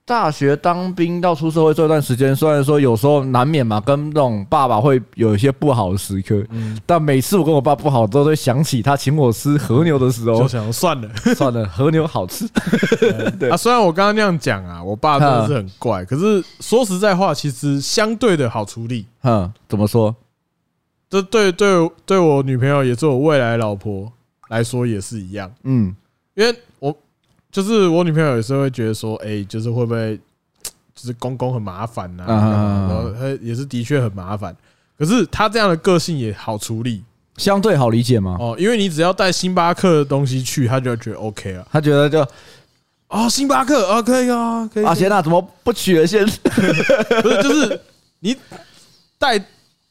Speaker 2: 大学当兵到出社会这段时间，虽然说有时候难免嘛，跟那种爸爸会有一些不好的时刻，但每次我跟我爸不好之后，都会想起他请我吃和牛的时
Speaker 1: 就
Speaker 2: [LAUGHS] 候，
Speaker 1: 想说算了。
Speaker 2: 算了，和牛好吃，对嗯
Speaker 1: 啊，虽然我刚刚那样讲啊，我爸真的是很怪，可是说实在话，其实相对的好处理。
Speaker 2: [LAUGHS] 嗯，怎么说？
Speaker 1: 这对对对我女朋友，也是我未来老婆来说也是一样，
Speaker 2: 嗯，
Speaker 1: 因为我就是我女朋友有时候会觉得说，哎，就是会不会就是公公很麻烦呐，
Speaker 2: 啊
Speaker 1: 呃然后她也是的确很麻烦，可是她这样的个性也好处理，
Speaker 2: 相对好理解吗？
Speaker 1: 哦，因为你只要带星巴克的东西去，他就觉得 OK 了。
Speaker 2: 他觉得就
Speaker 1: 哦，星巴克啊，可以啊，可以。 [LAUGHS]
Speaker 2: 阿杰娜怎么不取了先？ [LAUGHS]
Speaker 1: 不是，就是你带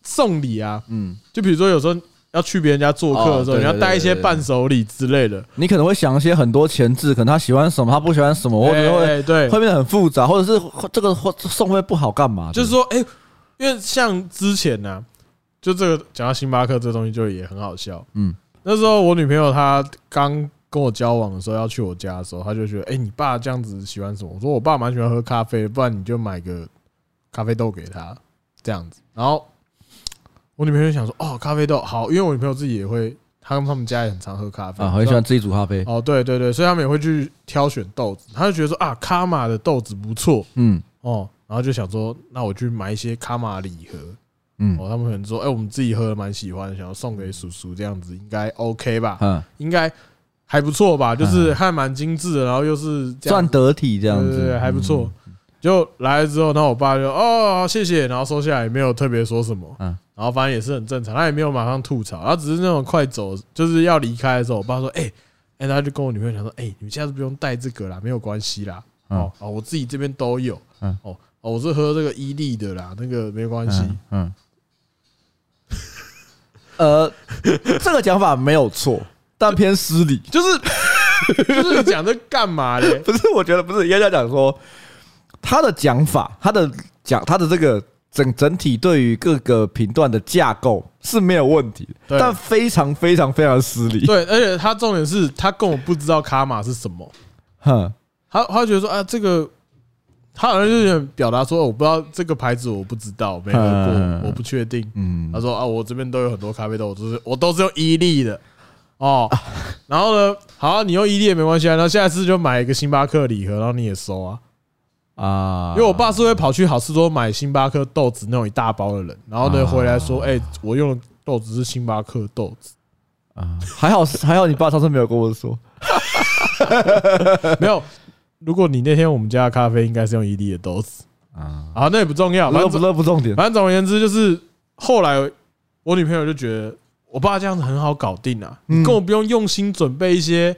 Speaker 1: 送礼啊，
Speaker 2: 嗯，
Speaker 1: 就比如说有时候要去别人家做客的时候，
Speaker 2: 哦对
Speaker 1: 你要带一些
Speaker 2: 对对对
Speaker 1: 伴手礼之类的，
Speaker 2: 你可能会想一些很多前置，可能他喜欢什么，他不喜欢什么，或者
Speaker 1: 哎
Speaker 2: 会
Speaker 1: 哎对，
Speaker 2: 会变得很复杂，或者是这个或送会不好干嘛的？
Speaker 1: 就是说，哎，因为像之前呢、就这个讲到星巴克这东西，就也很好笑。
Speaker 2: 嗯，
Speaker 1: 那时候我女朋友她刚跟我交往的时候，要去我家的时候，她就觉得，哎，你爸这样子喜欢什么？我说我爸蛮喜欢喝咖啡的，不然你就买个咖啡豆给他，这样子。然后我女朋友就想说，哦，咖啡豆好，因为我女朋友自己也会，她跟他们家也很常喝咖啡
Speaker 2: 啊，很喜欢自己煮咖啡。
Speaker 1: 哦，对对对，所以他们也会去挑选豆子，他就觉得说啊，卡玛的豆子不错
Speaker 2: 嗯
Speaker 1: 哦，然后就想说，那我去买一些卡玛礼盒
Speaker 2: 嗯
Speaker 1: 哦，他们可能说，哎，我们自己喝的蛮喜欢的，想要送给叔叔这样子，应该 OK 吧？
Speaker 2: 嗯，
Speaker 1: 应该还不错吧？就是还蛮精致的，然后又是这样
Speaker 2: 算
Speaker 1: 子
Speaker 2: 得体这样
Speaker 1: 对对
Speaker 2: 子嗯
Speaker 1: 对，还不错。就来了之后，然后我爸就哦谢谢，然后收下来也没有特别说什么，
Speaker 2: 嗯
Speaker 1: 然后反正也是很正常，他也没有马上吐槽，然后只是那种快走就是要离开的时候，我爸说哎哎，然后就跟我女朋友讲说哎、你们下次不用带这个啦，没有关系啦，
Speaker 2: 嗯
Speaker 1: 哦哦我自己这边都有，
Speaker 2: 嗯
Speaker 1: 哦哦我是喝这个伊利的啦，那个没关系，
Speaker 2: 嗯嗯。 [LAUGHS] 呃，这个讲法没有错，但偏失礼。 [LAUGHS]
Speaker 1: 就是 [LAUGHS] 就是你讲这干嘛嘞？
Speaker 2: 不是，我觉得不是应该这样讲说，他的讲法，他的讲，他的这个整整体对于各个频段的架构是没有问题的，
Speaker 1: 对
Speaker 2: 但非常非常非常失礼。
Speaker 1: 对，而且他重点是他根本不知道卡玛是什么。
Speaker 2: 哼，
Speaker 1: 他他觉得说啊，这个他好像就是有点表达说，我不知道这个牌子，我不知道，没喝
Speaker 2: 嗯
Speaker 1: 过，我不确定。
Speaker 2: 嗯
Speaker 1: 他，说啊，我这边都有很多咖啡豆，我都是我都是用伊利的哦。然后呢，好、啊，你用伊利也没关系啊。然后下一次就买一个星巴克礼盒，然后你也收啊。
Speaker 2: 啊
Speaker 1: 因为我爸是会跑去好事多买星巴克豆子那种一大包的人，然后呢
Speaker 2: 啊
Speaker 1: 回来说，哎，我用的豆子是星巴克豆子，
Speaker 2: 啊，还好还好，你爸上次没有跟我说。
Speaker 1: 没有。如果你那天我们家的咖啡应该是用伊利的豆子
Speaker 2: 啊，
Speaker 1: 啊，那也不重要，反
Speaker 2: 那
Speaker 1: 正
Speaker 2: 不那不重点。
Speaker 1: 反正总而言之，就是后来我女朋友就觉得我爸这样子很好搞定啊，你
Speaker 2: 嗯
Speaker 1: 根本不用用心准备一些，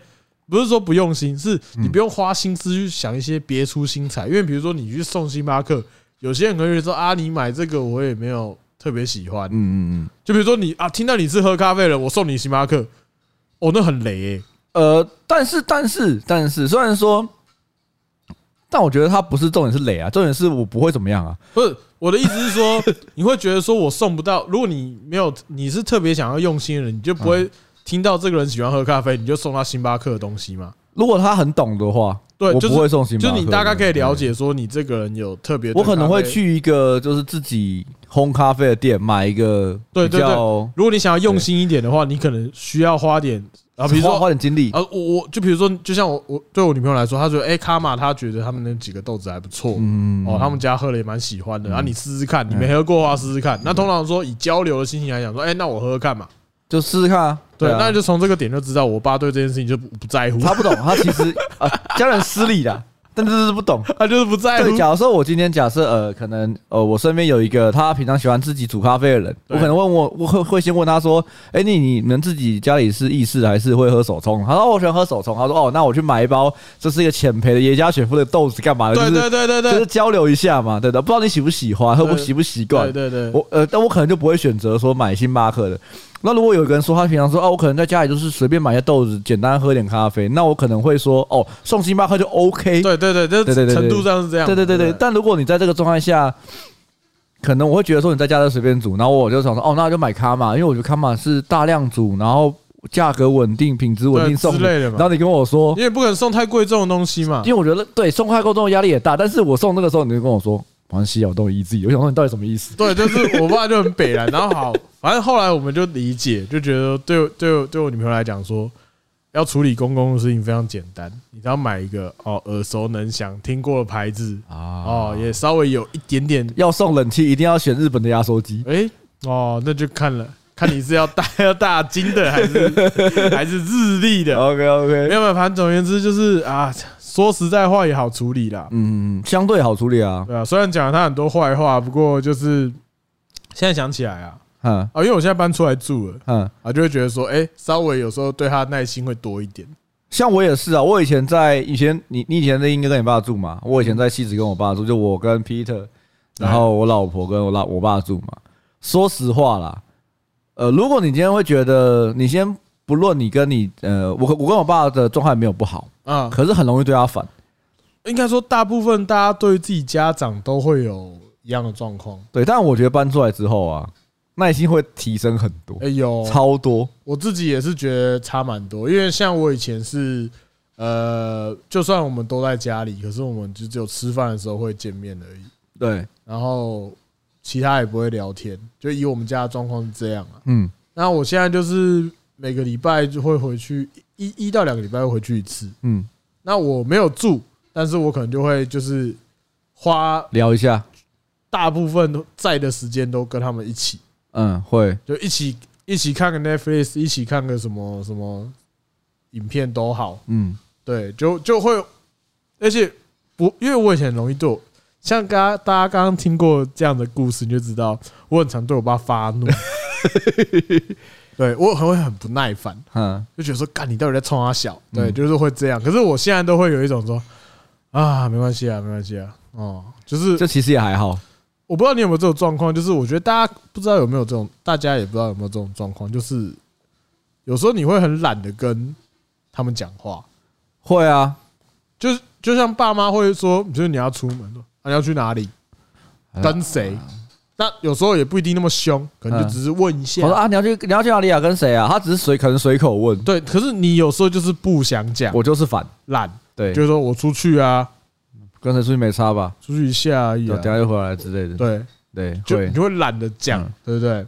Speaker 1: 不是说不用心，是你
Speaker 2: 嗯
Speaker 1: 不用花心思去想一些别出心裁。因为比如说你去送星巴克，有些人可能会说啊，你买这个我也没有特别喜欢。
Speaker 2: 嗯嗯
Speaker 1: 就比如说你啊，听到你是喝咖啡了，我送你星巴克，哦，那很雷欸。
Speaker 2: 嗯，呃，但是但是但是，虽然说，但我觉得他不是重点是累啊，重点是我不会怎么样啊。
Speaker 1: 不是我的意思是说， [LAUGHS] 你会觉得说我送不到，如果你没有你是特别想要用心的人，你就不
Speaker 2: 嗯
Speaker 1: 会听到这个人喜欢喝咖啡，你就送他星巴克的东西嘛。
Speaker 2: 如果他很懂的话，
Speaker 1: 对，
Speaker 2: 我
Speaker 1: 就
Speaker 2: 不会
Speaker 1: 是
Speaker 2: 送星巴
Speaker 1: 就
Speaker 2: 克。
Speaker 1: 你大概可以了
Speaker 2: 对。
Speaker 1: 解说你这个人有特别，
Speaker 2: 我可能会。去一个就是自己烘咖啡的店买一个
Speaker 1: 对
Speaker 2: 比
Speaker 1: 对对
Speaker 2: 较，
Speaker 1: 如果你想要用心一点的话，你可能需要花点啊，比如
Speaker 2: 花
Speaker 1: 说
Speaker 2: 花点精力。
Speaker 1: 啊，我我就比如说，就像我我对我女朋友来说，她觉得哎卡玛，她觉得他们那几个豆子还不错，
Speaker 2: 嗯
Speaker 1: 哦，他们家喝了也蛮喜欢的，然后啊你试试看，你没喝过的话试试看。
Speaker 2: 嗯
Speaker 1: 那通常说以交流的心情来讲，说哎，那我喝喝看嘛。
Speaker 2: 就试试看啊。
Speaker 1: 对，
Speaker 2: 啊
Speaker 1: 那就从这个点就知道，我爸对这件事情就不不在乎，
Speaker 2: 他不懂，他其实啊，家人失礼的，但就是不懂。
Speaker 1: [LAUGHS] 他就是不在乎
Speaker 2: 对，。假如说我今天假设呃，可能呃，我身边有一个他平常喜欢自己煮咖啡的人，我
Speaker 1: 对
Speaker 2: 可能问我，我会会先问他说，哎、你你们自己家里是意式还是会喝手冲？他说、哦我喜欢喝手冲。他说哦，那我去买一包，这是一个浅焙的耶加雪菲的豆子，干嘛的？
Speaker 1: 对
Speaker 2: 就
Speaker 1: 对
Speaker 2: 是
Speaker 1: 对对
Speaker 2: 就是
Speaker 1: 对
Speaker 2: 交流一下嘛，对的。不知道你喜不喜欢，喝不
Speaker 1: 对
Speaker 2: 习不习惯
Speaker 1: 对？对对，
Speaker 2: 我呃，但我可能就不会选择说买星巴克的。那如果有一个人说他平常说哦，我可能在家里就是随便买些豆子，简单喝点咖啡，那我可能会说哦，送星巴克就 OK。
Speaker 1: 对对对，
Speaker 2: 对对
Speaker 1: 这
Speaker 2: 对
Speaker 1: 程度上是这样。
Speaker 2: 对对对对。但如果你在这个状态下，可能我会觉得说你在家就随便煮，然后我就想说哦，那就买卡玛，因为我觉得卡玛是大量煮，然后价格稳定、品质稳定
Speaker 1: 对
Speaker 2: 送
Speaker 1: 之
Speaker 2: 你。
Speaker 1: 类的嘛
Speaker 2: 然后你跟我说
Speaker 1: 因，为不可能送太贵重的东西嘛
Speaker 2: 因。为我觉得对送快购中的压力也大，但是我送那个时候你就跟我说，没关系啊，我都有意自己，我想说你到底什么意思？
Speaker 1: 对，就是我爸就很北然，然后好，反正后来我们就理解，就觉得对我对我对我女朋友来讲说，要处理公公的事情非常简单，你只要买一个哦耳熟能详、听过的牌子
Speaker 2: 啊
Speaker 1: 哦，也稍微有一点点
Speaker 2: 要送冷气一定要选日本的压缩机。
Speaker 1: 哎、哦，那就看了， [LAUGHS] 看你是要大要大金的还是还是日历的。
Speaker 2: OK
Speaker 1: 没
Speaker 2: OK，
Speaker 1: 有没有，反正总而言之就是啊，说实在话也好处理啦，
Speaker 2: 嗯，相对好处理啊。
Speaker 1: 对啊，虽然讲了他很多坏话，不过就是现在想起来啊，
Speaker 2: 嗯
Speaker 1: 啊，因为我现在搬出来住了
Speaker 2: 嗯，
Speaker 1: 啊，就会觉得说，哎，稍微有时候对他耐心会多一点。
Speaker 2: 像我也是啊，我以前在以前你你以前在应该跟你爸住嘛，我以前在西子跟我爸住，就我跟 Peter，然后我老婆跟我老我爸住嘛。说实话啦，呃，如果你今天会觉得你先不论你跟你呃，我我跟我爸的状态没有不好，
Speaker 1: 啊，
Speaker 2: 可是很容易对他反。
Speaker 1: 应该说大部分大家对自己家长都会有一样的状况。
Speaker 2: 对，但我觉得搬出来之后啊，耐心会提升很多，
Speaker 1: 哎呦，
Speaker 2: 超多。
Speaker 1: 我自己也是觉得差蛮多，因为像我以前是，呃，就算我们都在家里，可是我们就只有吃饭的时候会见面而已，
Speaker 2: 对，
Speaker 1: 然后其他也不会聊天，就以我们家的状况是这样啊。
Speaker 2: 嗯，
Speaker 1: 那我现在就是每个礼拜就会回去一一到两个礼拜会回去一次，
Speaker 2: 嗯，
Speaker 1: 那我没有住，但是我可能就会就是花
Speaker 2: 聊一下，
Speaker 1: 大部分在的时间都跟他们一起。
Speaker 2: 嗯，会，
Speaker 1: 就一起一起看个 Netflix，一起看个什么什么影片都好，
Speaker 2: 嗯，
Speaker 1: 对，就就会，而且不，因为我以前很容易对我，像刚刚大家刚刚听过这样的故事，你就知道我很常对我爸发怒，对我很会很不耐烦，
Speaker 2: 嗯，
Speaker 1: 就觉得说干你到底在冲他小，对，
Speaker 2: 嗯
Speaker 1: 就是会这样。可是我现在都会有一种说啊，没关系啊，没关系啊，哦，就是
Speaker 2: 这其实也还好，
Speaker 1: 我不知道你有没有这种状况，就是我觉得大家不知道有没有这种，大家也不知道有没有这种状况，就是有时候你会很懒得跟他们讲话，
Speaker 2: 会啊，
Speaker 1: 就是就像爸妈会说，就是你要出门了，啊你要去哪里，
Speaker 2: 哎
Speaker 1: 跟谁，那有时候也不一定那么凶，可能就
Speaker 2: 嗯
Speaker 1: 只是问一
Speaker 2: 我说
Speaker 1: 下，
Speaker 2: 啊，你要去你要去哪里啊？跟谁啊？他只是随可能随口问，
Speaker 1: 对，可是你有时候就是不想讲，
Speaker 2: 我就是反，
Speaker 1: 懒，
Speaker 2: 对，
Speaker 1: 就是说我出去啊，
Speaker 2: 跟谁出去没差吧？
Speaker 1: 出去一下而已、
Speaker 2: 对，
Speaker 1: 啊
Speaker 2: 等，下就回来之类的，
Speaker 1: 对，
Speaker 2: 对，
Speaker 1: 就
Speaker 2: 会
Speaker 1: 你，会懒得讲
Speaker 2: 嗯，
Speaker 1: 对不对？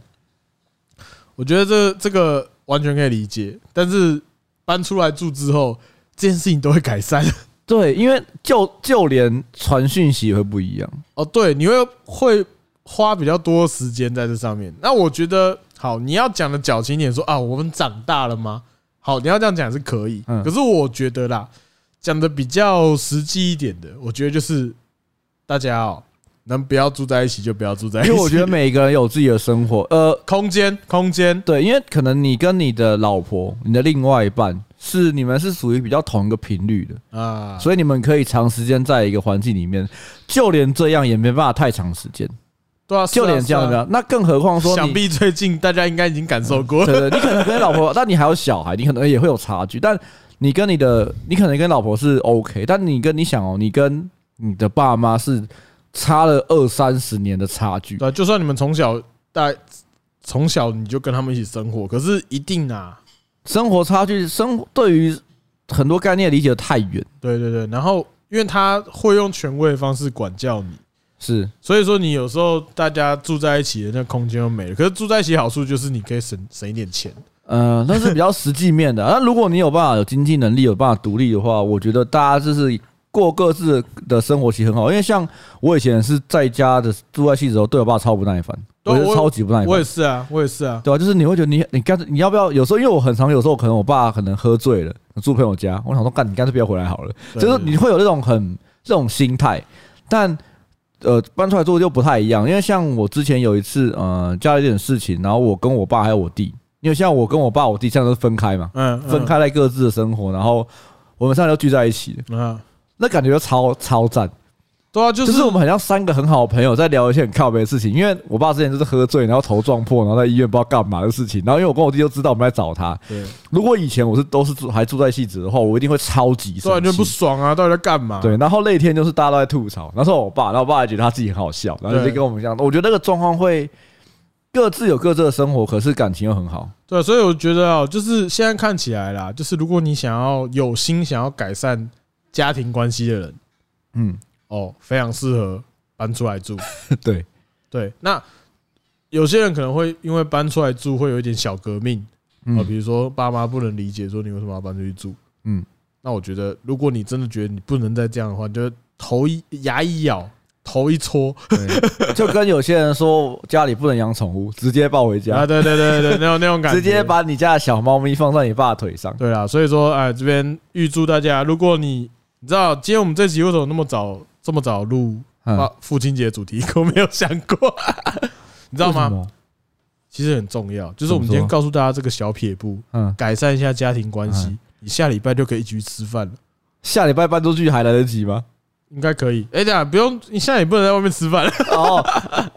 Speaker 1: 我觉得这这个完全可以理解，但是搬出来住之后，这件事情都会改善。
Speaker 2: 对，因为就就连传讯息会不一 [LAUGHS] 样，
Speaker 1: 哦，对，你会会花比较多时间在这上面。那我觉得，好，你要讲的矫情一点说啊，我们长大了吗？好，你要这样讲是可以，
Speaker 2: 嗯
Speaker 1: 可是我觉得啦，讲的比较实际一点的，我觉得就是大家哦，能不要住在一起就不要住在一
Speaker 2: 因
Speaker 1: 起。
Speaker 2: 为我觉得每个人有自己的生活，呃，
Speaker 1: [LAUGHS] 空间，空间，
Speaker 2: 对，因为可能你跟你的老婆、你的另外一半是你们是属于比较同一个频率的，
Speaker 1: 啊，
Speaker 2: 所以你们可以长时间在一个环境里面，就连这样也没办法太长时间，
Speaker 1: 对啊，
Speaker 2: 就连这样
Speaker 1: 的。是啊
Speaker 2: 的，那更何况说
Speaker 1: 想
Speaker 2: 你。嗯
Speaker 1: 必最近大家应该已经感受过，
Speaker 2: 对对，你可能跟老婆，但你还有小孩，你可能也会有差距。但你跟你的，你可能跟老婆是 OK，但你跟你想哦，你跟你的爸妈是差了二三十年的差距。
Speaker 1: 对啊，就算你们从小大从小你就跟他们一起生活，可是一定啊，
Speaker 2: 生活差距，生活对于很多概念理解得太远，
Speaker 1: 对对对，然后因为他会用权威的方式管教你，
Speaker 2: 是
Speaker 1: 所以说你有时候大家住在一起的那空间又没了，可是住在一起好处就是你可以省省一点钱，
Speaker 2: 呃，那是比较实际面的。那如果你有办法有经济能力，有办法独立的话，我觉得大家就是过各自的生活其实很好。因为像我以前是在家的住在戏子的时候，对我爸超不耐烦，
Speaker 1: 对
Speaker 2: 我觉
Speaker 1: 我
Speaker 2: 得超级不耐烦。
Speaker 1: 我也是啊，我也是啊，
Speaker 2: 对啊，就是你会觉得你你干脆你要不要？有时候因为我很常有时候可能我爸可能喝醉了，住朋友家，我想说干你干脆不要回来好了，
Speaker 1: 对
Speaker 2: 就是你会有那种很这种心态，但呃搬出来做就不太一样，因为像我之前有一次呃家里有点事情，然后我跟我爸还有我弟，因为像我跟我爸我弟现在都是分开嘛，
Speaker 1: 嗯嗯
Speaker 2: 分开在各自的生活，然后我们现在都聚在一起了，
Speaker 1: 啊，
Speaker 2: 那感觉就超超赞。
Speaker 1: 对啊，就
Speaker 2: 就是
Speaker 1: 是
Speaker 2: 我们很像三个很好的朋友在聊一些很靠北的事情，因为我爸之前就是喝醉，然后头撞破，然后在医院不知道干嘛的事情。然后因为我跟我弟就知道我们在找他。
Speaker 1: 对，
Speaker 2: 如果以前我是都是住还住在戏子的话，我一定会超级
Speaker 1: 突然
Speaker 2: 生
Speaker 1: 就不
Speaker 2: 气。
Speaker 1: 爽啊，到底在干嘛？
Speaker 2: 对，然后那一天就是大家都在吐槽，那时候我爸，然后我爸还觉得他自己很好笑，然后就
Speaker 1: 对
Speaker 2: 跟我们讲，我觉得那个状况会各自有各自的生活，可是感情又很好。
Speaker 1: 对，啊所以我觉得哦，就是现在看起来啦，就是如果你想要有心想要改善家庭关系的人，
Speaker 2: 嗯，
Speaker 1: 哦，非常适合搬出来住。
Speaker 2: [LAUGHS] 对，
Speaker 1: 对，那有些人可能会因为搬出来住会有一点小革命啊、
Speaker 2: 嗯
Speaker 1: 比如说爸妈不能理解说你为什么要搬出去住。
Speaker 2: 嗯，
Speaker 1: 那我觉得，如果你真的觉得你不能再这样的话，你就头一牙一咬，头一搓
Speaker 2: 对， [LAUGHS] 就跟有些人说家里不能养宠物，直接抱回
Speaker 1: 啊，
Speaker 2: 家，
Speaker 1: 对对对对，对那种那种感觉，
Speaker 2: 直接把你家的小猫咪放在你爸腿上。
Speaker 1: 对啦，所以说，哎，这边预祝大家，如果你你知道今天我们这集为什么那么早这么早录
Speaker 2: 嗯
Speaker 1: [LAUGHS] 啊，父亲节主题，我没有想过，你知道
Speaker 2: 为什
Speaker 1: 吗？
Speaker 2: 么？
Speaker 1: 其实很重要，就是我们今天告诉大家这个小撇步，
Speaker 2: 嗯，
Speaker 1: 改善一下家庭关系，你下礼拜就可以一起去吃饭了，
Speaker 2: 下礼拜搬出去还来得及吗？
Speaker 1: 应该可以。哎，等一下不用，你现在也不能在外面吃饭 [LAUGHS]
Speaker 2: 哦，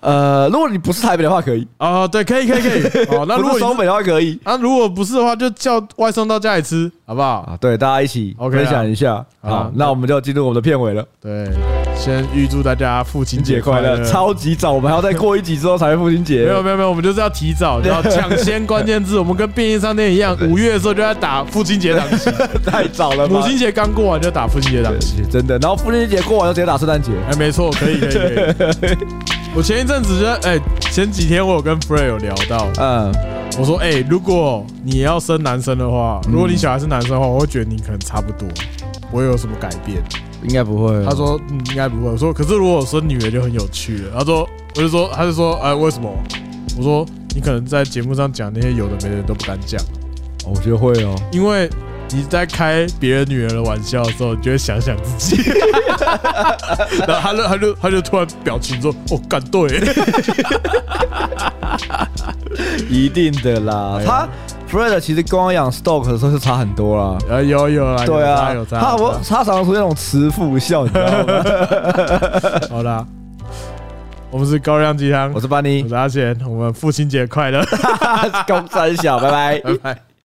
Speaker 2: 呃，如果你不是台北的话，可以；
Speaker 1: 哦。对，可以，可以，可以。哦，那如
Speaker 2: 不
Speaker 1: 果
Speaker 2: 是
Speaker 1: 你
Speaker 2: 双
Speaker 1: 是
Speaker 2: 北的话，可以
Speaker 1: 啊，如果不是的话，就叫外送到家里吃，好不好？
Speaker 2: 啊。对，大家一起
Speaker 1: OK 啊
Speaker 2: 分享一下。
Speaker 1: 好啊
Speaker 2: 好，那我们就进入我们的片尾了。
Speaker 1: 对，先预祝大家父亲
Speaker 2: 父亲
Speaker 1: 节
Speaker 2: 节
Speaker 1: 快
Speaker 2: 快乐！
Speaker 1: 乐。
Speaker 2: 超级早，我们还要再过一集之后才会父亲节。
Speaker 1: 没有没有没有，我们就是要提早，要抢先关键字。我们跟便利商店一样，五月的时候就要打父亲节档期，
Speaker 2: 太早了吧？
Speaker 1: 母亲节刚过完就打父亲节档期。
Speaker 2: 对真的，然后父亲节过完就直接打圣诞节。
Speaker 1: 哎，没错，可以可以可以。我前一阵子就哎，前几天我有跟 Frey 有聊到，
Speaker 2: 嗯，
Speaker 1: 我说哎、如果你要生男生的话，
Speaker 2: 嗯
Speaker 1: 如果你小孩是男生的话，我会觉得你可能差不多，不会有什么改变。
Speaker 2: 应该不会。
Speaker 1: 他说、嗯、应该不会。我说可是如果我生女儿就很有趣了。他说我就说他就说哎、为什么？我说你可能在节目上讲那些有的没的都不敢讲，
Speaker 2: 哦，我觉得会哦。
Speaker 1: 因为你在开别人女儿的玩笑的时候，你就会想想自己。 [LAUGHS] 然后他就他就他就突然表情说哦，敢对、 [LAUGHS]
Speaker 2: 一定的啦，
Speaker 1: 哎
Speaker 2: 他 Fred 其实光养 Stock 的时候就差很多啦。
Speaker 1: 啊有有啦，有
Speaker 2: 对啊
Speaker 1: 差有，差。
Speaker 2: 他
Speaker 1: 有
Speaker 2: 我
Speaker 1: 差
Speaker 2: 他常常出现那种慈父笑，你知道吗？ [LAUGHS]
Speaker 1: 好啦，我们是高亮鸡汤
Speaker 2: 我，是班尼
Speaker 1: 我，是阿贤，我们父亲节快乐，
Speaker 2: 公三小，拜拜。
Speaker 1: 拜拜。